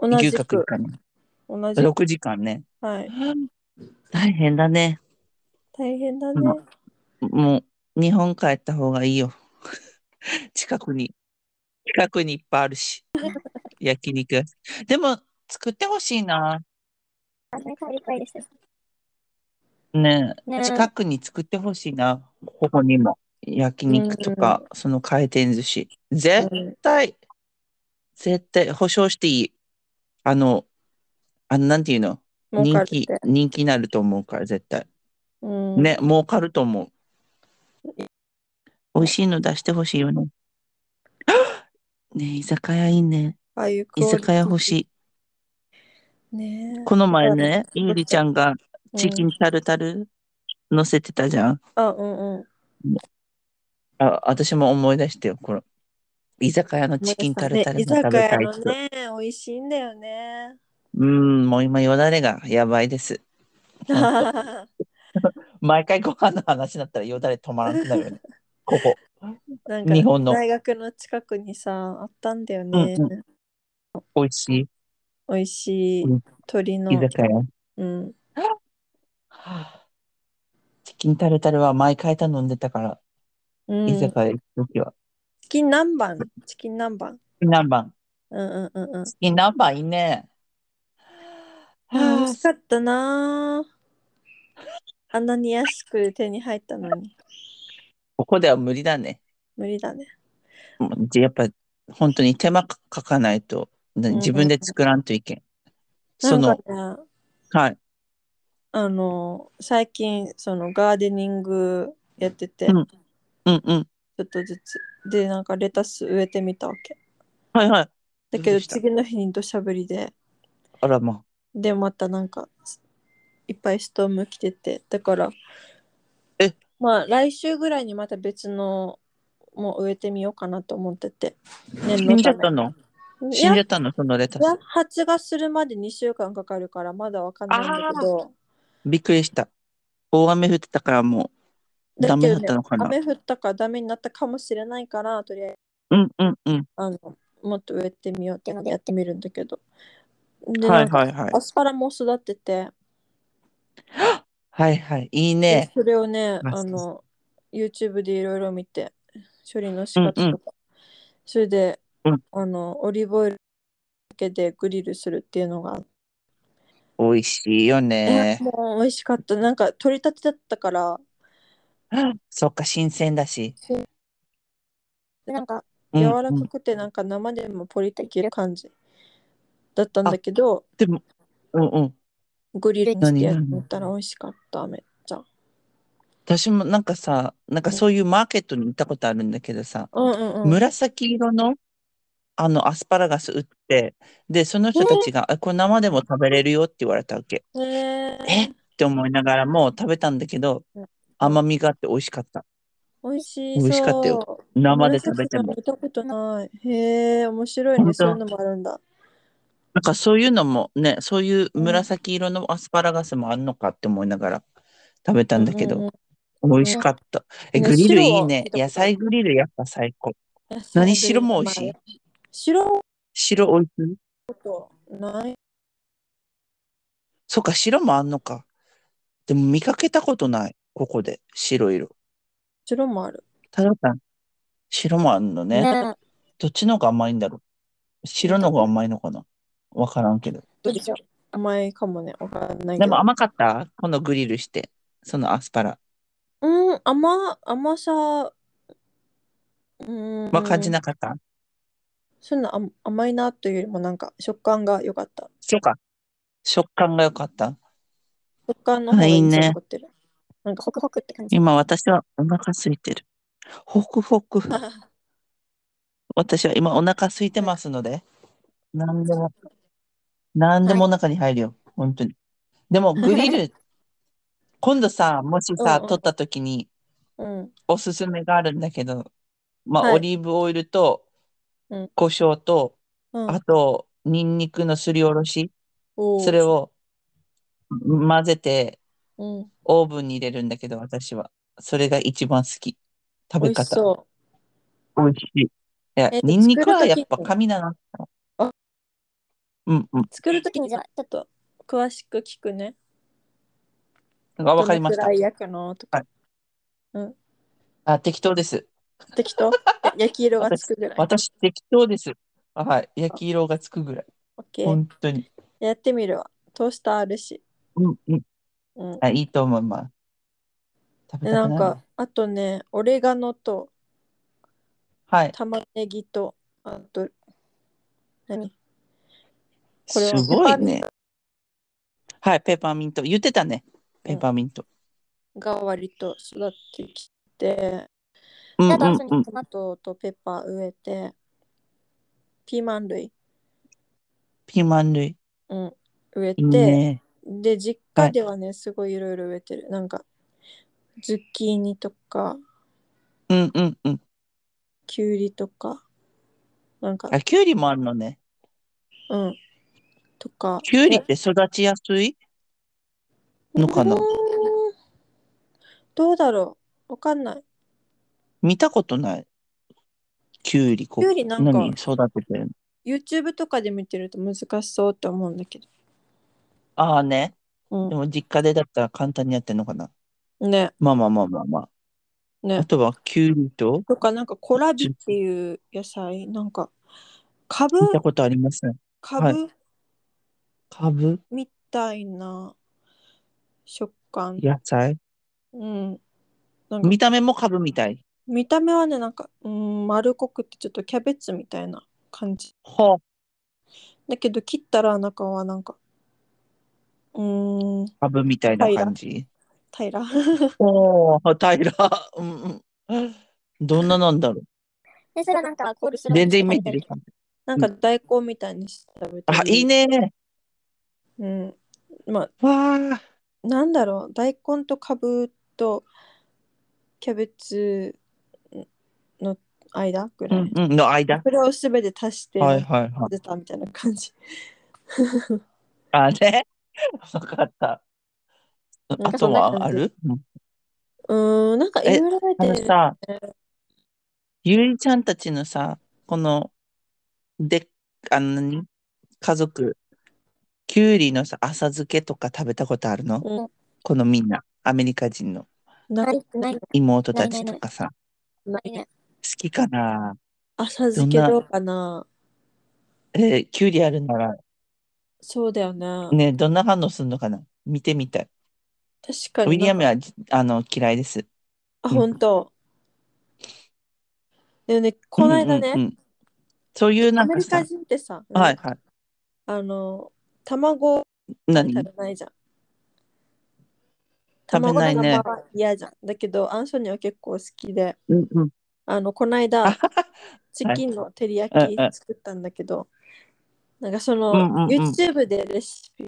S1: 同
S2: 牛
S1: じ
S2: 角行
S1: く
S2: かない。
S1: 同じく
S2: 6時間ね。
S1: はい
S2: 大変だね。
S1: 大変だね
S2: まもう、日本帰った方がいいよ。 近くに、近くにいっぱいあ るし。焼肉。でも、作ってほしいな。ねえ
S3: ねえ
S2: 近くに作ってほしいな。ここにも。焼肉とか、その回転寿司。絶
S1: うん
S2: 絶対、絶対保証していい。あの、あのなんていうの
S1: 儲
S2: 人
S1: かるっ
S2: 気
S1: て、
S2: 人気になると思うから、絶対。
S1: うん
S2: ね、儲かると思う。美味しいの出してほしいよね。ねえ居酒屋いいね。
S1: ああいう
S2: 居酒屋欲しい。
S1: いね
S2: この前
S1: そうだ
S2: ね、インリちゃんが
S1: うん
S2: チキンタルタル乗せてたじゃん。
S1: あうんうん
S2: あ、私も思い出してよ、これ。居酒屋のチキンタルタル
S1: ね
S2: が食べたい
S1: 居
S2: っ
S1: 酒
S2: て。
S1: 屋のね美味しいんだよね
S2: うん、もう今よだれがやばいです。毎回ご飯の話になったらよだれ止まらなくなるよ ね。ここ。
S1: なん
S2: 日本の
S1: か大学の近くにさあったんだよね、
S2: うん美味しい
S1: 美味しい
S2: うん
S1: 鳥の、
S2: 居酒屋。
S1: うん、
S2: チキンタルタルは毎回頼んでたから、
S1: うん、
S2: 居酒屋行くときは。
S1: チキン南蛮チキン南蛮
S2: チキン南蛮。
S1: うんうんうんうん
S2: チキン南蛮いいね。
S1: 美味しかったなああんなに安く手に入ったのに
S2: ここでは無理だね。
S1: 無理だね
S2: もうやっぱ、本当に手間かかないと、
S1: ん
S2: 自分で作らんといけん。そ
S1: なん
S2: の、
S1: かね
S2: はい。
S1: あの最近そのガーデニングやってて、
S2: うんうんうん。
S1: ちょっとずつでなんかレタス植えてみたわけ
S2: はいはい。
S1: だけ
S2: どう
S1: ど
S2: でした
S1: 次の日に土砂降りで
S2: あらまあ。
S1: でまたなんかいっぱいストーム来ててだから
S2: え
S1: まあ来週ぐらいにまた別のも植えてみようかなと思ってて念の
S2: 死
S1: ため
S2: んじゃったの
S1: い
S2: 死ん
S1: や
S2: じゃったのそのレタス。
S1: 発芽するまで2週間かかるからまだわかんないんだけど
S2: びっくりした。大雨降ってたからもう、ダメだったのかな。
S1: 雨降ったからダメになったかもしれないからとりあえず
S2: うんうんうん。
S1: あのもっと植えてみようっていうのでやってみるんだけどで
S2: は
S1: ないんか
S2: はいはい。
S1: アスパラも育ってて、
S2: はいはい。いい
S1: で
S2: ね。
S1: それをね
S2: マス
S1: あの YouTube でいろいろ見て処理の仕方とか、
S2: うんうん
S1: それで、
S2: うん
S1: あのオリーブオイルだけでグリルするっていうのが、
S2: 美味しいよね
S1: え。もう美味しかったなんか取り立てだったから
S2: そっか、新鮮だし。
S3: でなんか、
S2: うん
S1: 柔ら
S2: うん
S1: かくてなんか生でもポリって切る感じだったんだけど
S2: でも、うんうん。
S1: グリルにしてやって
S2: 何々
S1: みたら美味しかっためっちゃ
S2: 私もなんかさ、なんかそういうマーケットに行ったことあるんだけどさ、
S1: うんうんうん
S2: 紫色のあのアスパラガス売って、で、その人たちが、あこれ生でも食べれるよって言われたわけ。
S1: ねえ
S2: えって思いながらも食べたんだけど
S1: うん、
S2: 甘みがあって美味しかった。
S1: 美味しい
S2: 美味しかったよ
S1: そう
S2: 生で食べても。
S1: 紫色見たことないへえ面白いね
S2: 本当
S1: そういうのもあるんだ
S2: なんかそういうのもね、そういう
S1: うん
S2: 紫色のアスパラガスもあんのかって思いながら食べたんだ
S1: う
S2: け
S1: う
S2: ど
S1: う、
S2: 美味しかった。え、
S1: ね
S2: グリルいい
S1: 白は聞い
S2: ね
S1: た。ことある
S2: 野菜グリルやっぱ最高。
S1: 野菜
S2: 何
S1: で
S2: 白も美味しい
S1: まあ白
S2: 白おいしい
S1: ない
S2: そっか、白もあんのか。でも見かけたことない。ここで、白色。
S1: 白もある
S2: たださん、白もあんのね。
S3: ね
S2: どっちの方が甘いんだろう。白の方が甘いのかな。わからんけど。
S3: どうでしょう
S1: 甘いかもねわかんないけど
S2: でも甘かったこのグリルして。そのアスパラ。
S1: うん甘甘さうん
S2: は感じなかった、
S1: そんな甘甘いなというよりもなんか食感が良かった
S2: そうか。食感が良かった。
S1: 食感の方が印象に残ってるなんか
S3: ホクホクって感じ。
S2: 今私はお腹空いてる。ほくほく。私は今お腹空いてますので、何でも、何でもお腹に入るよ。本当に。でもグリル、今度さ、もし
S1: うん
S2: さ、
S1: うん
S2: 取った時に
S1: うん
S2: おすすめがあるんだけど、まあ、
S1: はい
S2: オリーブオイルと
S1: うん、
S2: 胡椒と、
S1: うん
S2: あと、ニンニクのすりおろし、
S1: おー
S2: それを混ぜて、
S1: うん
S2: オーブンに入れるんだけど、私は。それが一番好き。食
S1: 美
S2: べ
S1: 味し
S2: 方。
S1: そ
S2: 美味しい。いや、
S1: え
S2: ニンニクはやっぱ
S1: 作る時に
S2: 神だな。
S1: あ
S2: うんうん
S1: う。作るときにじゃあちょっと詳しく聞くね
S2: あわかりまし
S1: どの
S2: た
S1: くら。い焼くのとか
S2: あ、適当です。
S1: 適当焼き色がつくぐらい
S2: 私、適当です。あはい。焼き色がつくぐらい。
S1: オッケー
S2: 本当に。
S1: やってみるわトースターあるし
S2: うんうん。
S1: うん
S2: あ、いいと思います。食べ
S1: で
S2: た
S1: な
S2: く
S1: ん
S2: な
S1: か
S2: る。
S1: あとねオレガノと
S2: はい。
S1: 玉ねぎとあと何これ
S2: す
S1: は
S2: ごいね。はい。ペーパーミント。言ってたね。
S1: うん
S2: ペーパーミント。
S1: が割と育ってきて
S2: うんう
S3: あ
S2: ん
S3: とはそ
S2: うん
S3: の。トマ
S1: トマトとペッパー植えてピーマン類、
S2: ピーマン類。
S1: うん、植えて
S2: いいね。
S1: で実家ではねすごいいろいろ植えてるなんかズッキーニとか
S2: うんうんうん。
S1: きゅうりとかなんか
S2: あ、キュウリもあるのね。
S1: うんとか
S2: キュウリって育ちやすいのかな
S1: うーんどうだろうわかんない
S2: 見たことない。キュウリこ
S1: きゅうりなんか
S2: 何育ててるの
S1: YouTube とかで見てると難しそうって思うんだけ
S2: ああね。
S1: ど
S2: でも実家でだったら簡単にやってんのかな。
S1: うんね
S2: まあまあまあまあまあ。
S1: ね
S2: あとはキュウリと
S1: とかなんかコラビっていう野菜なんかカブ
S2: 見たことありません。
S1: カ
S2: はい
S1: ブ
S2: カブ、
S1: みたいな食感、
S2: 野菜。
S1: うん、なんか
S2: 見た目もカブみたい。
S1: 見た目はねなんか、うん、丸っこくてちょっとキャベツみたいな感じ
S2: ほう。
S1: だけど切ったら中はなんかうん
S2: カブみたいな感じ。
S1: 平ら
S2: おお、平ら。うんうん。どんななんだろ
S3: で、それはなんかコールス
S2: う。
S3: ロー
S2: 全
S3: に
S2: 然
S3: して
S2: イメー
S3: 食べ
S2: ジ
S3: た
S2: で
S3: り
S2: きない。
S1: なんか大根みたいにして食べて
S2: あ、いい、ね。
S1: うん、まあ
S2: わあ。
S1: なんだろう大根とかぶとキャベツの間ぐ
S2: う
S1: らい、
S2: んうん。の間。
S1: それをすべて足して
S2: はい
S1: 混
S2: はいはい。
S1: ぜたみたいな感じ、
S2: あれ わかった。
S1: なん
S2: あ
S1: か
S2: と
S1: そんな
S2: はあ
S1: 感じ
S2: るうん
S1: うーんなんかいろいろ
S2: あ
S1: 出
S2: の
S1: てる
S2: さ、ゆりちゃんたちのさ、この、で、あの何、家族、きゅうりのさ、浅漬けとか食べたことあるの
S1: うん
S2: このみんな、アメリカ人の。
S1: な
S3: ない、ない、
S2: 妹たちとかさ、
S3: ないね。
S2: 好きかな
S1: 浅漬け
S2: どんな
S1: どうかな
S2: えー、キュウリあるなら、
S1: そうだよね。
S2: ね、どんな反応するのかな見てみたい。
S1: 確か
S2: ウ
S1: にな。
S2: ィリアムはじあの嫌いです。
S1: あ、
S2: うん
S1: 本当。でもね、この間
S2: うんう
S1: ね、
S2: んうんそういうな
S1: ア
S2: ん
S1: メ
S2: か
S1: リ
S2: さ
S1: カ、人ってさ、うん
S2: はいはい。
S1: あの、卵
S2: 何
S1: 食べないじゃん。
S2: 食べ
S1: 卵
S2: ないね
S1: のまま嫌じゃん。だけど、アンソニーは結構好きで、
S2: うんうん。
S1: あの、この
S2: あは
S1: 間、
S2: は
S1: チキンの照り焼き
S2: うんうん
S1: 作ったんだけど、なんかそ
S2: うんうんう
S1: の、
S2: ん
S1: YouTube でレシピ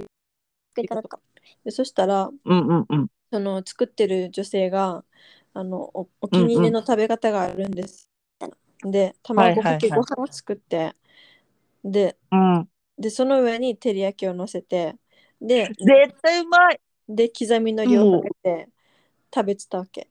S3: 作り方とか。
S1: で、そしたら、
S2: うんうんうん。
S1: その作ってる女性があのおお気に入りの食べ方があるんです、で
S2: はい
S1: 卵かけ
S2: はい
S1: ご
S2: は
S1: 飯を作って、で
S2: うん。
S1: でその上に照り焼きを乗せてで
S2: 絶対うまい
S1: で刻みのりをかけて食べてたわけ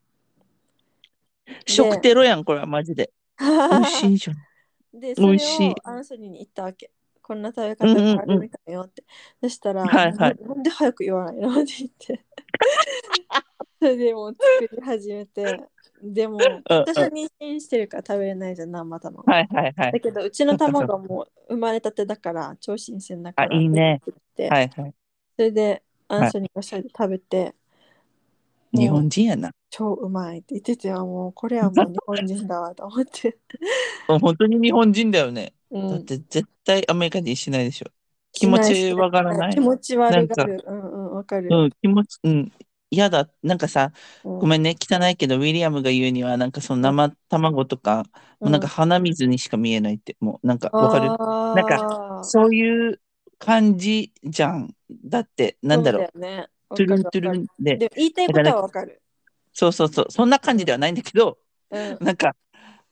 S2: 食テロやん、これはマジで。美味しいじゃん。
S1: でそ
S2: 美
S1: れ
S2: 味しい
S1: をアンソニーに言ったわけこんな食べ方があるみたいよって、そしたら、
S2: はいはい
S1: ななんで早く言わないのって言って それでもう作り始めてでも
S2: うん
S1: 私は妊娠してるから食べれないじゃん生卵、
S2: はいはいはい
S1: だ。けどうちの卵はもう生まれたてだから超新鮮だから
S2: あいいね
S1: って
S2: はいはい。
S1: それでアンソニーがそれで食べて、もう
S2: 日本人やな。
S1: 超うまいって言っててあもうこ れはもう日本人だわと思って、
S2: 本当に日本人だよね。
S1: う
S2: だっ
S1: ん、
S2: て絶対アメリカ人しないでしょ。気持ちわからない
S1: 気持ち悪
S2: な
S1: が
S2: ん
S1: るうんうんわかる、
S2: うん、気持ち、うん。嫌だ。なんかさ、
S1: ご
S2: ごめんね、汚いけど、ウィリアムが言うには、なんかその生卵とか、もうなんか鼻水にしか見えないって、もうなんかわかる
S1: なん
S2: かそういう感じじゃん。だって、なんだろう。
S1: うだよねわ
S2: ト
S1: か
S2: ゥル
S1: る
S2: ントゥルン
S1: わかる
S2: で、
S1: でも言いたいことはわかる
S2: そうそうそう、そんな感じではないんだけど、
S1: うん
S2: なんか、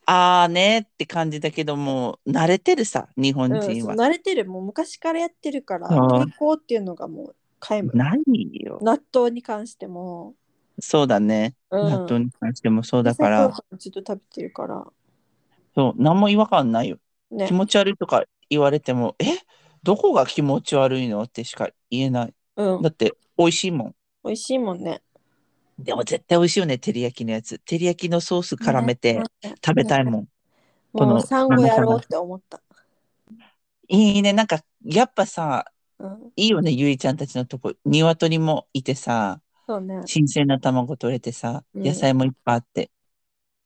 S2: あーねーって感じだけども、慣れてるさ、日本
S1: うん
S2: 人
S1: そう
S2: は。
S1: 慣れてるもう昔からやってるから
S2: うん
S1: 抵抗っていうのがもう皆無
S2: ないよ。
S1: 納豆に関しても
S2: そうだね。
S1: うん
S2: 納豆に関してもそうだ
S1: 小さ
S2: か
S1: い頃
S2: ら、
S1: からずっと食べてるから
S2: そう、何も違和感ないよ。
S1: ね
S2: 気持ち悪いとか言われても、えどこが気持ち悪いのってしか言えない。
S1: うん
S2: だって、美味しいもん。
S1: 美味しいもんね
S2: でも絶対美味しいよね、照り焼きのやつ。照り焼きのソース絡めて食べたいもん。こ
S1: も
S2: の
S1: う産後やろうって思った
S2: いいね、なんか、やっぱさ、
S1: うん
S2: いいよね、ゆいちゃんたちのとこ、鶏もいてさ、
S1: そうね
S2: 新鮮な卵取れてさ、
S1: うん
S2: 野菜もいっぱいあって。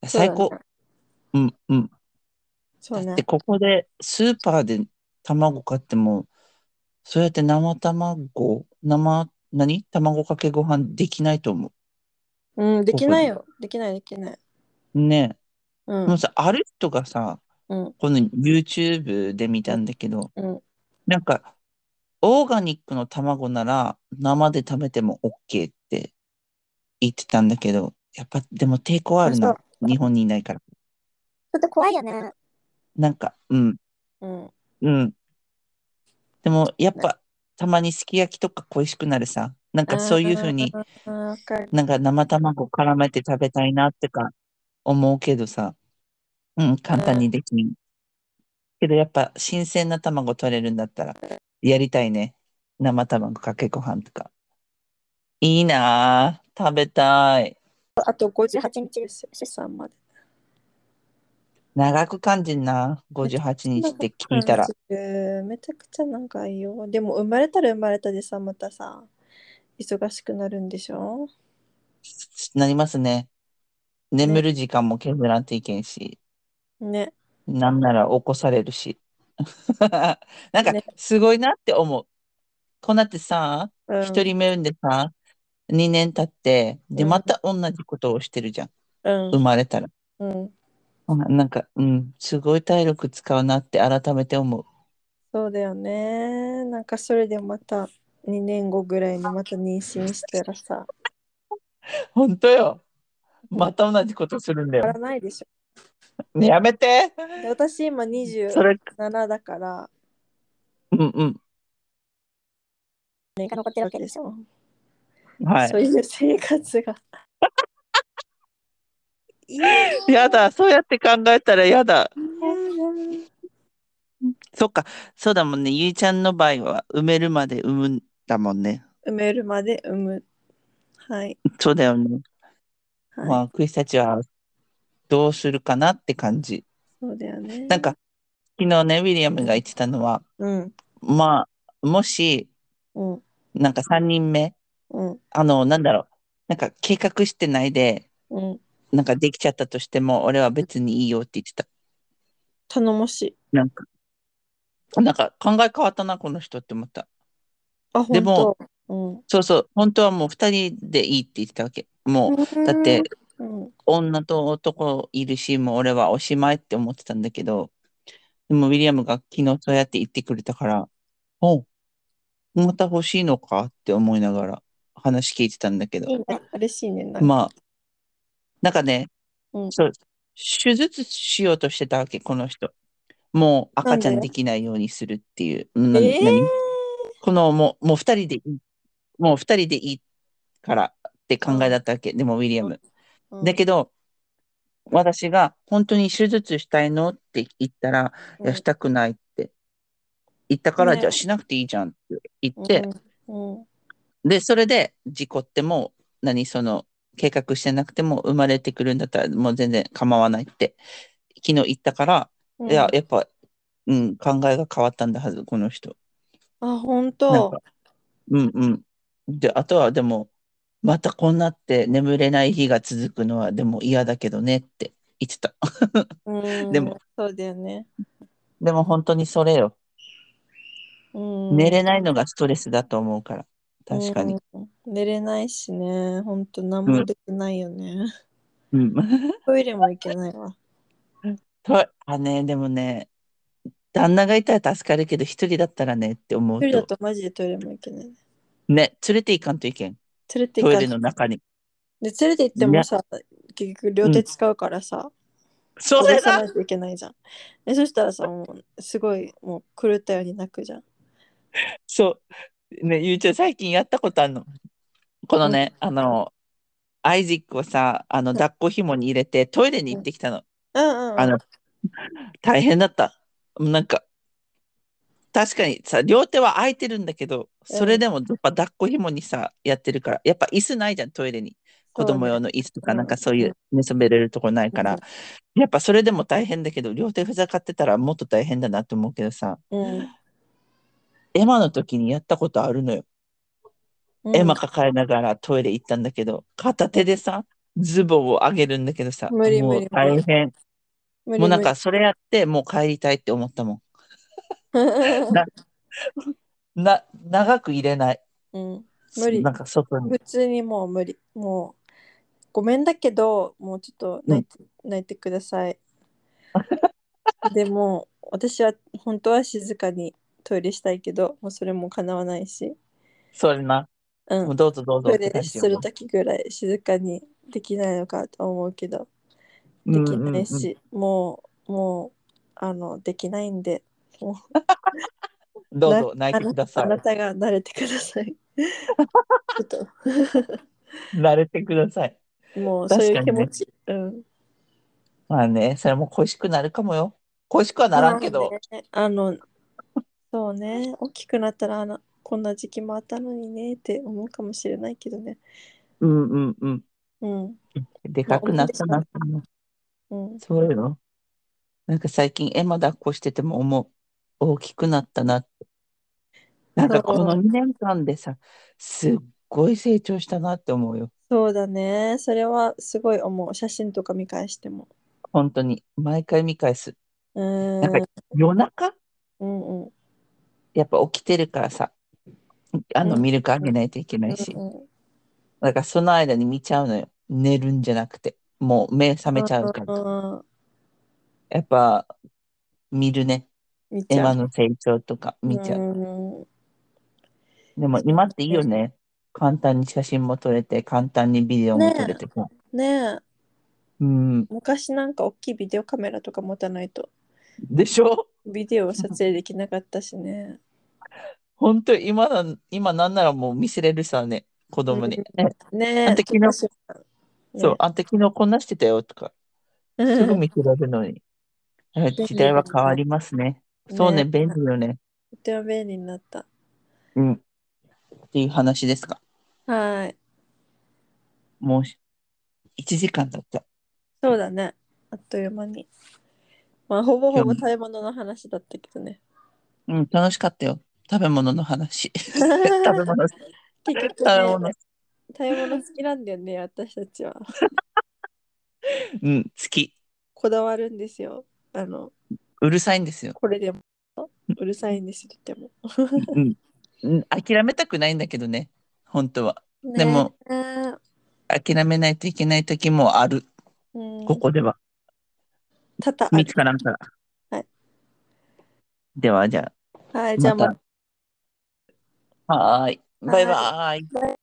S1: そうだ
S2: 最
S1: ね
S2: 高。うん、うん。
S1: そう
S2: だっ
S1: ね
S2: てここで、スーパーで卵買っても、そうやって生卵、生、何卵かけご飯できないと思。
S1: うんできないよできないできないう
S2: ね
S1: う
S2: え。
S1: ん
S2: もうさ、ある人がさ、
S1: うん
S2: この YouTube で見たんだけど、
S1: うん
S2: なんか、オーガニックの卵なら生で食べても OK って言ってたんだけど、やっぱでも抵抗あるな。日本にいないから。
S3: ちょっと怖いよね。
S2: なんか、うん、
S1: うん
S2: うん。でもやっぱたまにすき焼きとか恋しくなるさ。なんかそういうふうに
S1: あーわかる
S2: なんか生卵絡めて食べたいなってか思うけどさ。うん、簡単にできん。けどやっぱ新鮮な卵取れるんだったらやりたいね。生卵かけご飯とか。いいなぁ。食べたい。
S1: あと58日ですよ出産まで
S2: 長く感じんな。58日って聞いたら。
S1: うんめちゃくちゃなんかいいよでも生まれたら生まれたでさまたさ忙しくなるんでしょ
S2: なりますね。眠る時間も削らんといけんし。
S1: ね
S2: なんなら起こされるし。 なんか
S1: ね
S2: すごいなって思う。こうなってさ、
S1: うん
S2: 一人目産んでさ、2年経って、で、
S1: うん
S2: また同じことをしてるじゃん。
S1: うん
S2: 生まれたら。
S1: うん
S2: なんか、うん、すごい体力使うなって改めて思う。
S1: そうだよねなんかそれでまた2年後ぐらいにまた妊娠したらさ
S2: 本当よ。また同じことするんだ
S1: や
S2: よ
S1: ら。ないでし
S2: ね、やめて
S1: ょで私今
S2: そ
S1: 27
S2: れ、
S1: だから
S2: うんうん。
S1: 年
S3: が残ってるわけでし
S1: ょ、
S2: は
S1: そういう生活 がいや
S2: い。やだ、そうやって考えたらやだ。
S1: ー
S2: そっか、そうだもんね。ゆいちゃんの場合は、埋めるまで産むんだもんね。
S1: 埋めるまで産むはい
S2: そうだよね。
S1: はい
S2: まあ、クイズたちはどうするかなって感じ。
S1: そうだよね。
S2: なんか、昨日ね、ウィリアムが言ってたのは、
S1: うん、
S2: まあ、もし、
S1: うん、
S2: なんか3人目、
S1: うん、
S2: あの、なんだろう、なんか計画してないで、
S1: うん。
S2: なんかできちゃったとしても、俺は別にいいよって言ってた。
S1: 頼もしい。
S2: なんか、なんか考え変わったな、この人って思った。
S1: あ、
S2: でも
S1: 本
S2: そうそう、本当はもう2人でいいって言ってたわけ。
S1: 当、
S2: も
S1: うん。
S2: う、だって、
S1: うん、
S2: 女と男いるし、もう俺はおしまいって思ってたんだけど、でもウィリアムが昨日そうやって言ってくれたから、おうまた欲しいのかって思いながら話聞いてたんだけ
S3: いい
S2: ど、
S3: ね。
S1: 嬉しいね。なんか
S2: まあ、なんかね、
S1: うん
S2: そう、手術しようとしてたわけ、この人。もう赤ちゃん
S1: なんで
S2: できないようにするっていう。な
S1: えー
S2: 何このもう、もう二人でいい、もう二人でいいからって考えだったわけ、でもウィリアム。
S1: うん
S2: だけど、私が本当に手術したいのって言ったら、いや、したくないって言ったから、
S1: ね
S2: じゃあしなくていいじゃんって言って、、
S1: うんうん
S2: で、それで事故っても、何、その、計画してなくても生まれてくるんだったら、もう全然構わないって、昨日言ったから、
S1: うん
S2: いや、やっぱ、うん、考えが変わったんだはず、この人。
S1: あ、本
S2: なん
S1: 当
S2: か、うんうん。で、あとはでも、またこんなって眠れない日が続くのはでも嫌だけどねって言ってた。
S1: うん
S2: でも、
S1: そうだよね。
S2: でも本当にそれよ。
S1: うん、
S2: 寝れないのがストレスだと思うから。確かに。
S1: うん。寝れないしね、本当何もできないよね。
S2: うん。
S1: トイレも行けないわ。
S2: と、あね、でもね、旦那がいたら助かるけど、一人だったらねって思う
S1: 一人だ
S2: と、
S1: とマジでトイレも行けない。連
S2: ね、連れていかんといけん。
S1: れて行
S2: トイ
S1: か
S2: レ
S1: な
S2: の
S1: い。
S2: 中に。
S1: で、連れて行ってもさ、結局両手使うからさ、
S2: そ
S1: 下
S2: うだ
S1: ろさな
S2: ない
S1: といけないじゃん。え、そしたらさ、もうすごいもう狂ったように泣くじゃん。
S2: そう。ね、ゆうちゃん、最近やったことあるの。このね、あの、アイジックをさ、あ
S1: ん
S2: の、抱っこ紐に入れて、トイレに行ってきたの。
S1: うんうん。
S2: あの、大変だった。なんか、確かにさ、両手は空いてるんだけど、それでもやっぱ抱っこ紐にさ、やってるから、やっぱ椅子ないじゃん、トイレに。子供用
S1: の
S2: の椅子と
S1: う
S2: か、
S1: ん
S2: なんかそういう寝そべれるとこないから、やっぱそれでも大変だけど、両手ふざかってたらもっと大変だなと思うけどさ、エマの時にやったことあるのよ。
S1: うん、
S2: エマ抱えながらトイレ行ったんだけど、片手でさ、ズボンを上げるんだけどさ、
S1: 無理
S2: も
S1: 無理
S2: う大変。
S1: 無理
S2: もうなんかそれやって、もう帰りたいって思ったもん。
S1: 無理
S2: な、長く入れない。
S1: うん、無理
S2: なんか外に。
S1: 普通にもう無理もうごめんだけどもうちょっと泣いて,、泣いてください でも私は本当は静かにトイレしたいけどもうそれも叶わないし、
S2: それな。
S1: うん
S2: もう、どうぞどうぞ
S1: ト
S2: っ
S1: イ
S2: て
S1: レ
S2: 感
S1: す
S2: じ
S1: る
S2: よ。
S1: 時ぐらい静かにできないのかと思うけど
S2: うん
S1: で
S2: うん
S1: き
S2: うん
S1: ないし、もうもうあのできないんで
S2: どうぞ泣いてくださ。
S1: あないたが慣れてくださ いちょっと
S2: 慣れてください。
S1: もうそういう気
S2: 確かにね
S1: 持ち、うん
S2: まあね、それも恋しくなるかもよ。恋しくはならんけど
S1: ま、あねあのそうね大きくなったらあのこんな時期もあったのにねって思うかもしれないけどね
S2: うんうんうん。
S1: うん
S2: でかくなったな。
S1: うん
S2: そういうの。なんか最近エマ抱っこしてても思う。大きくなったなって。なんかこの2年間でさ、すっごい成長したなって思うよ。
S1: そうだねそれはすごい思う写真とか見返しても
S2: 本当に。毎回見返す。
S1: うーん
S2: なんか夜中
S1: うんうん
S2: やっぱ起きてるからさ、あの
S1: うん
S2: ミルクあげないといけないし、
S1: うん
S2: だからその間に見ちゃうのよ。寝るんじゃなくて、もう目覚めちゃうから。
S1: うん
S2: やっぱ見るね、
S1: 見
S2: エ
S1: ちゃ
S2: マ
S1: う
S2: の成長とか見ちゃう。
S1: うん
S2: でも今っていいよね。簡単に写真も撮れて、簡単にビデオも撮れてさ。
S1: ねえ
S2: うん。
S1: 昔なんか大きいビデオカメラとか持たないと
S2: でしょ
S1: ビデオを撮影できなかったしね
S2: 本当今の、今なんならもう見せれるさね、子供に。
S1: うんねえ
S2: あんた昨日
S1: 確かに
S2: そう、あんた昨日こんなしてたよとか。
S1: ね
S2: すぐ見てられるのに。え
S1: 利
S2: 時代は変わりますね。そうね、
S1: ね
S2: 便利よね。
S1: とても便利になった。
S2: うん。っていう話ですか。
S1: はい。
S2: もうし、 1時間だった。
S1: そうだね。あっという間に。まあ、ほぼほぼ食べ物の話だったけどね。
S2: うん、楽しかったよ。食べ物の 話。
S1: 食べ
S2: 食べ物、食
S1: 結局、
S2: べ物
S1: ね、。食べ物好きなんだよね、私たちは。
S2: うん、好き。
S1: こだわるんですよ。あの、
S2: うるさいんですよ。
S1: これでも。うるさいんですよ、とても。
S2: うん、うん諦めたくないんだけどね。本当は。でも
S1: ねえ、
S2: 諦めないといけない時もある。
S1: うん、
S2: ここでは。
S1: 多々あ
S2: 見
S1: る
S2: つからんから。
S1: はい。
S2: では、じゃ
S1: はい、
S2: あ。
S1: じゃあまた
S2: はーい。バイバーイ。
S1: バイ